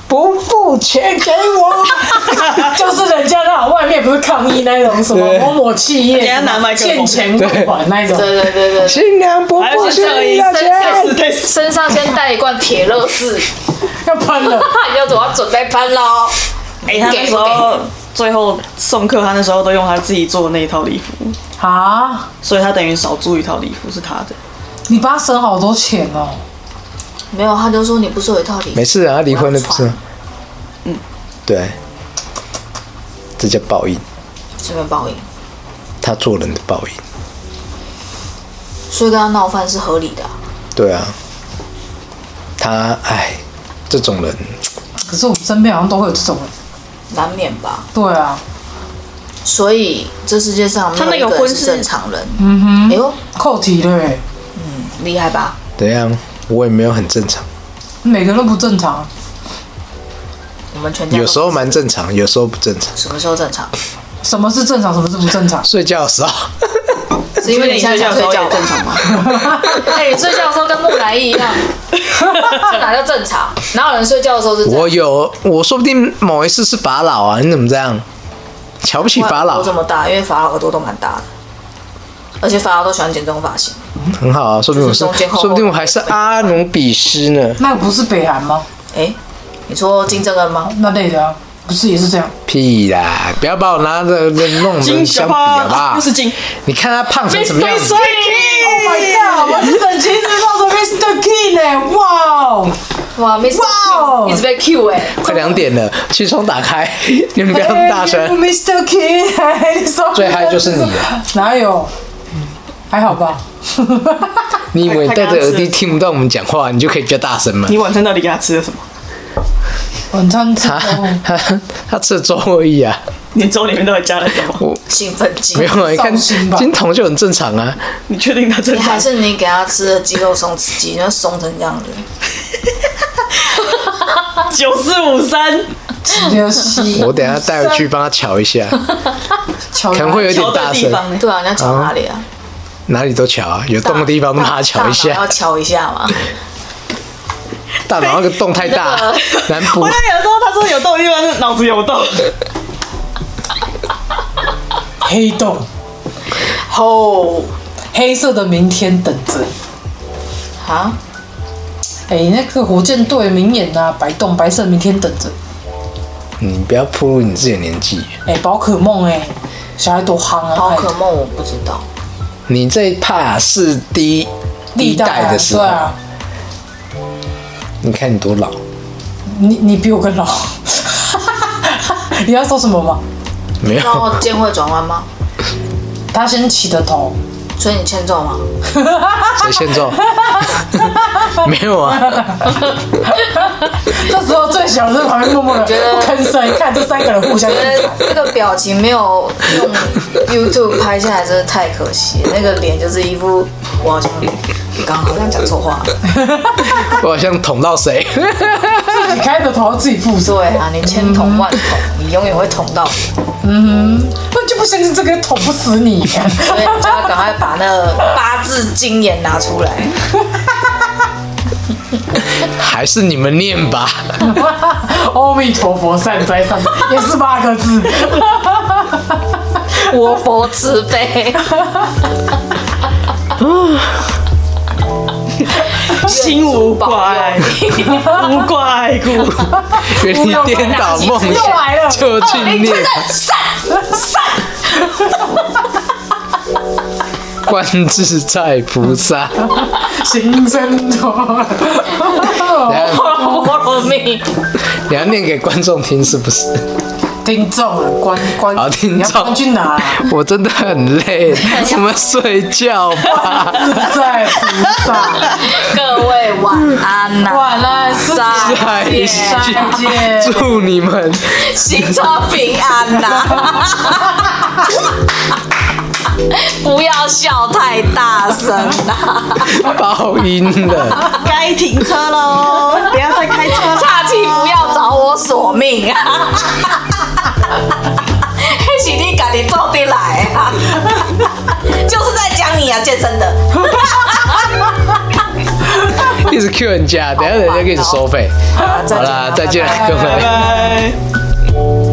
[SPEAKER 1] 不付钱给
[SPEAKER 3] [LAUGHS]
[SPEAKER 1] 我，
[SPEAKER 3] 就是人家那种外面不是抗议那种什么
[SPEAKER 1] 对
[SPEAKER 3] 某某企业，
[SPEAKER 4] 人家拿麦克风
[SPEAKER 3] 欠钱不还那种，
[SPEAKER 2] 对对对对，
[SPEAKER 1] 新娘
[SPEAKER 4] 哎
[SPEAKER 1] 不付钱要钱，
[SPEAKER 4] 对，
[SPEAKER 2] 身上先带一罐铁乐士，
[SPEAKER 3] 要喷了。
[SPEAKER 2] 要我要准备喷喽。
[SPEAKER 4] 哎，她那时候最后送客，她那时候都用她自己做的那一套礼服，
[SPEAKER 3] 啊！
[SPEAKER 4] 所以她等于少租一套礼服是她的。
[SPEAKER 3] 你爸省好多钱哦，
[SPEAKER 2] 没有，他就说你不是有一套礼服
[SPEAKER 1] 没事啊，离婚的不是吗？对，这叫报应，
[SPEAKER 2] 顺便报应，
[SPEAKER 1] 他做人的报应，
[SPEAKER 2] 所以跟他闹翻是合理的啊、
[SPEAKER 1] 对啊，他哎，这种人。
[SPEAKER 3] 可是我们身边好像都会有这种人。
[SPEAKER 2] 难免吧。
[SPEAKER 3] 对啊，
[SPEAKER 2] 所以这世界上
[SPEAKER 4] 他
[SPEAKER 2] 没
[SPEAKER 4] 那
[SPEAKER 2] 有
[SPEAKER 4] 个
[SPEAKER 2] 一个人
[SPEAKER 4] 婚
[SPEAKER 2] 是
[SPEAKER 4] 是
[SPEAKER 2] 正常人。嗯哼，哎呦，
[SPEAKER 3] 扣题的欸，
[SPEAKER 2] 厉害吧？
[SPEAKER 1] 怎样？我也没有很正常，
[SPEAKER 3] 每个人都不正常。
[SPEAKER 2] 我们全家都
[SPEAKER 1] 有时候蛮正常，有时候不正常。
[SPEAKER 2] [LAUGHS] 什么时候正常？
[SPEAKER 3] 什么是正常，什么是不正
[SPEAKER 2] [LAUGHS]
[SPEAKER 3] 常？
[SPEAKER 1] 睡觉的时候，
[SPEAKER 2] 是因为你现在想睡觉吧
[SPEAKER 4] 也正常吗？
[SPEAKER 2] [LAUGHS] 哎，你睡觉的时候跟木乃伊一样，这哪叫正常？哪有人睡觉的时候是正常？
[SPEAKER 1] 我有，我说不定某一次是法老啊！你怎么这样？瞧不起法老
[SPEAKER 2] 我这，么大，因为法老耳朵都蛮大的，而且法老都喜欢剪这种发型。
[SPEAKER 1] 很好啊！说不定我是，
[SPEAKER 2] 就是中间厚厚
[SPEAKER 1] 说不定我还是阿努比斯呢。
[SPEAKER 3] 那不是北韩吗？
[SPEAKER 2] 哎，你说金正恩吗？
[SPEAKER 3] 那类的啊，不是也是这样？
[SPEAKER 1] 屁啦！不要把我拿着那弄
[SPEAKER 4] 金
[SPEAKER 1] 人相
[SPEAKER 4] 小
[SPEAKER 1] 比
[SPEAKER 2] 啊
[SPEAKER 4] 胖
[SPEAKER 1] 好不好
[SPEAKER 4] 又是？金，
[SPEAKER 1] 你看他胖成什么样子？
[SPEAKER 3] Oh my god！我这整期是放成 Mr. King 呢，哇哦！
[SPEAKER 2] 哇，Miss
[SPEAKER 3] 哇哦
[SPEAKER 2] Q 一直被 Q 哎、
[SPEAKER 1] 快两点了，气冲
[SPEAKER 2] [LAUGHS]
[SPEAKER 1] 打开，你们不要那么大
[SPEAKER 2] 哎
[SPEAKER 1] 声。
[SPEAKER 3] ，Mr. King，你 [LAUGHS] 说
[SPEAKER 1] 最嗨就是你啊了，
[SPEAKER 3] 哪有？还好
[SPEAKER 1] [LAUGHS]
[SPEAKER 3] 吧。
[SPEAKER 1] 你以
[SPEAKER 2] 哎
[SPEAKER 1] 为戴着耳机听不到我们讲话，你就可以比较大声吗？
[SPEAKER 4] 你晚餐到底给他吃了什么？
[SPEAKER 3] 晚餐吃哦
[SPEAKER 1] 他他 [LAUGHS] 他吃了粥而已啊，
[SPEAKER 4] [LAUGHS] 你粥里面到底加了什
[SPEAKER 1] [LAUGHS]
[SPEAKER 4] 么？
[SPEAKER 2] 兴奋剂
[SPEAKER 1] 没。有啊，你看
[SPEAKER 3] 绍兴吧
[SPEAKER 1] 金童就很正常啊。
[SPEAKER 4] 你确定他正
[SPEAKER 2] 你还
[SPEAKER 4] 常？
[SPEAKER 2] 是你给他吃了肌肉松弛剂，就松成这样子。
[SPEAKER 4] [LAUGHS] 九四五三，
[SPEAKER 3] 六七，
[SPEAKER 1] 我等一下带回去帮他瞧一下，
[SPEAKER 3] 巧
[SPEAKER 1] 可能会有点
[SPEAKER 4] 敲对
[SPEAKER 1] 大
[SPEAKER 4] 地 [LAUGHS]
[SPEAKER 1] 声，
[SPEAKER 4] 方呢？
[SPEAKER 2] 对啊，你要瞧哪里啊？
[SPEAKER 1] 哪里都瞧啊，有洞的地方都帮他瞧一
[SPEAKER 2] 大脑要啊
[SPEAKER 1] 下。
[SPEAKER 2] 瞧一下 [LAUGHS] 嘛。
[SPEAKER 1] [LAUGHS] 大脑那个洞太大，难补
[SPEAKER 4] [LAUGHS] 我。在有时候他说有洞的地方是脑子
[SPEAKER 1] [LAUGHS]
[SPEAKER 4] 有洞，
[SPEAKER 3] 黑洞，
[SPEAKER 2] 吼
[SPEAKER 3] 哦黑色的明天等着你。
[SPEAKER 2] 啊！
[SPEAKER 3] 哎、那个火箭队名言呐、啊，白洞白色明天等着。
[SPEAKER 1] 你不要暴露你自己的年纪。
[SPEAKER 3] 哎、宝可梦哎、小孩多夯啊！
[SPEAKER 2] 宝可
[SPEAKER 3] 哎
[SPEAKER 2] 梦我不知道，
[SPEAKER 1] 你这一怕是第一第
[SPEAKER 3] 历
[SPEAKER 1] 一代
[SPEAKER 3] 啊
[SPEAKER 1] 的时候
[SPEAKER 3] 对，啊，
[SPEAKER 1] 你看你多老。
[SPEAKER 3] 你你比我更老。 [LAUGHS] 你要说什么吗？
[SPEAKER 1] 没
[SPEAKER 2] 然 [LAUGHS]
[SPEAKER 1] 有，
[SPEAKER 2] 后剑会转弯吗？
[SPEAKER 3] 他先起的头，
[SPEAKER 2] 所以你欠揍吗？
[SPEAKER 1] 谁欠揍？ [LAUGHS] 没有啊，
[SPEAKER 3] 这时候最小的在旁边默默的
[SPEAKER 2] 觉得
[SPEAKER 3] 不吭声，看这三个人互相
[SPEAKER 2] 觉。得呃这个表情没有用 YouTube 拍下来，真的太可惜了。那个脸就是一副我好像刚刚好像讲错话了。
[SPEAKER 1] 我好像捅到谁。
[SPEAKER 3] 自己开的头，自己负责。
[SPEAKER 2] 对啊，你千捅 [LAUGHS] 万捅，你永远会捅 [LAUGHS] 到我。
[SPEAKER 3] 那就不相信这个捅不死你。
[SPEAKER 2] 所以你就要赶快把那个八字金眼拿出来。
[SPEAKER 1] 还是你们念吧。
[SPEAKER 3] 阿弥陀佛，善哉善哉，也是八个字。
[SPEAKER 2] 我佛慈悲，
[SPEAKER 4] 心无挂碍，无挂碍故。
[SPEAKER 1] 原你颠倒梦
[SPEAKER 3] 又
[SPEAKER 1] 想，
[SPEAKER 3] 来了，
[SPEAKER 1] 哦就去念观自在菩萨。
[SPEAKER 3] 行深 [LAUGHS] 多。
[SPEAKER 1] 等一下
[SPEAKER 2] 波罗蜜。
[SPEAKER 1] 你要念给观众听是不是？
[SPEAKER 3] 听众啊，关关，
[SPEAKER 1] 好听众
[SPEAKER 3] 你要关去哪、
[SPEAKER 1] 我真的很累，我们睡觉吧。
[SPEAKER 3] 在菩
[SPEAKER 1] [LAUGHS]
[SPEAKER 3] 萨，
[SPEAKER 2] 各位晚安呐、
[SPEAKER 3] 晚安是
[SPEAKER 2] 再
[SPEAKER 1] 再
[SPEAKER 2] 见，
[SPEAKER 3] [LAUGHS] 见
[SPEAKER 1] 祝你们
[SPEAKER 2] 新春平安呐、 [LAUGHS] 不要笑太大声啦、
[SPEAKER 1] 报应了。
[SPEAKER 4] [LAUGHS] 该停车喽，不要再开车了。
[SPEAKER 2] 岔气不要找我索命 [LAUGHS] 啊！那是你家己做的来啊， [LAUGHS] 就是在讲你啊，健身的。
[SPEAKER 1] 一直 Q 人家，等一下人家给你收费。
[SPEAKER 2] 好
[SPEAKER 1] 好啦，再见，各
[SPEAKER 4] 拜
[SPEAKER 1] 位。
[SPEAKER 4] 拜。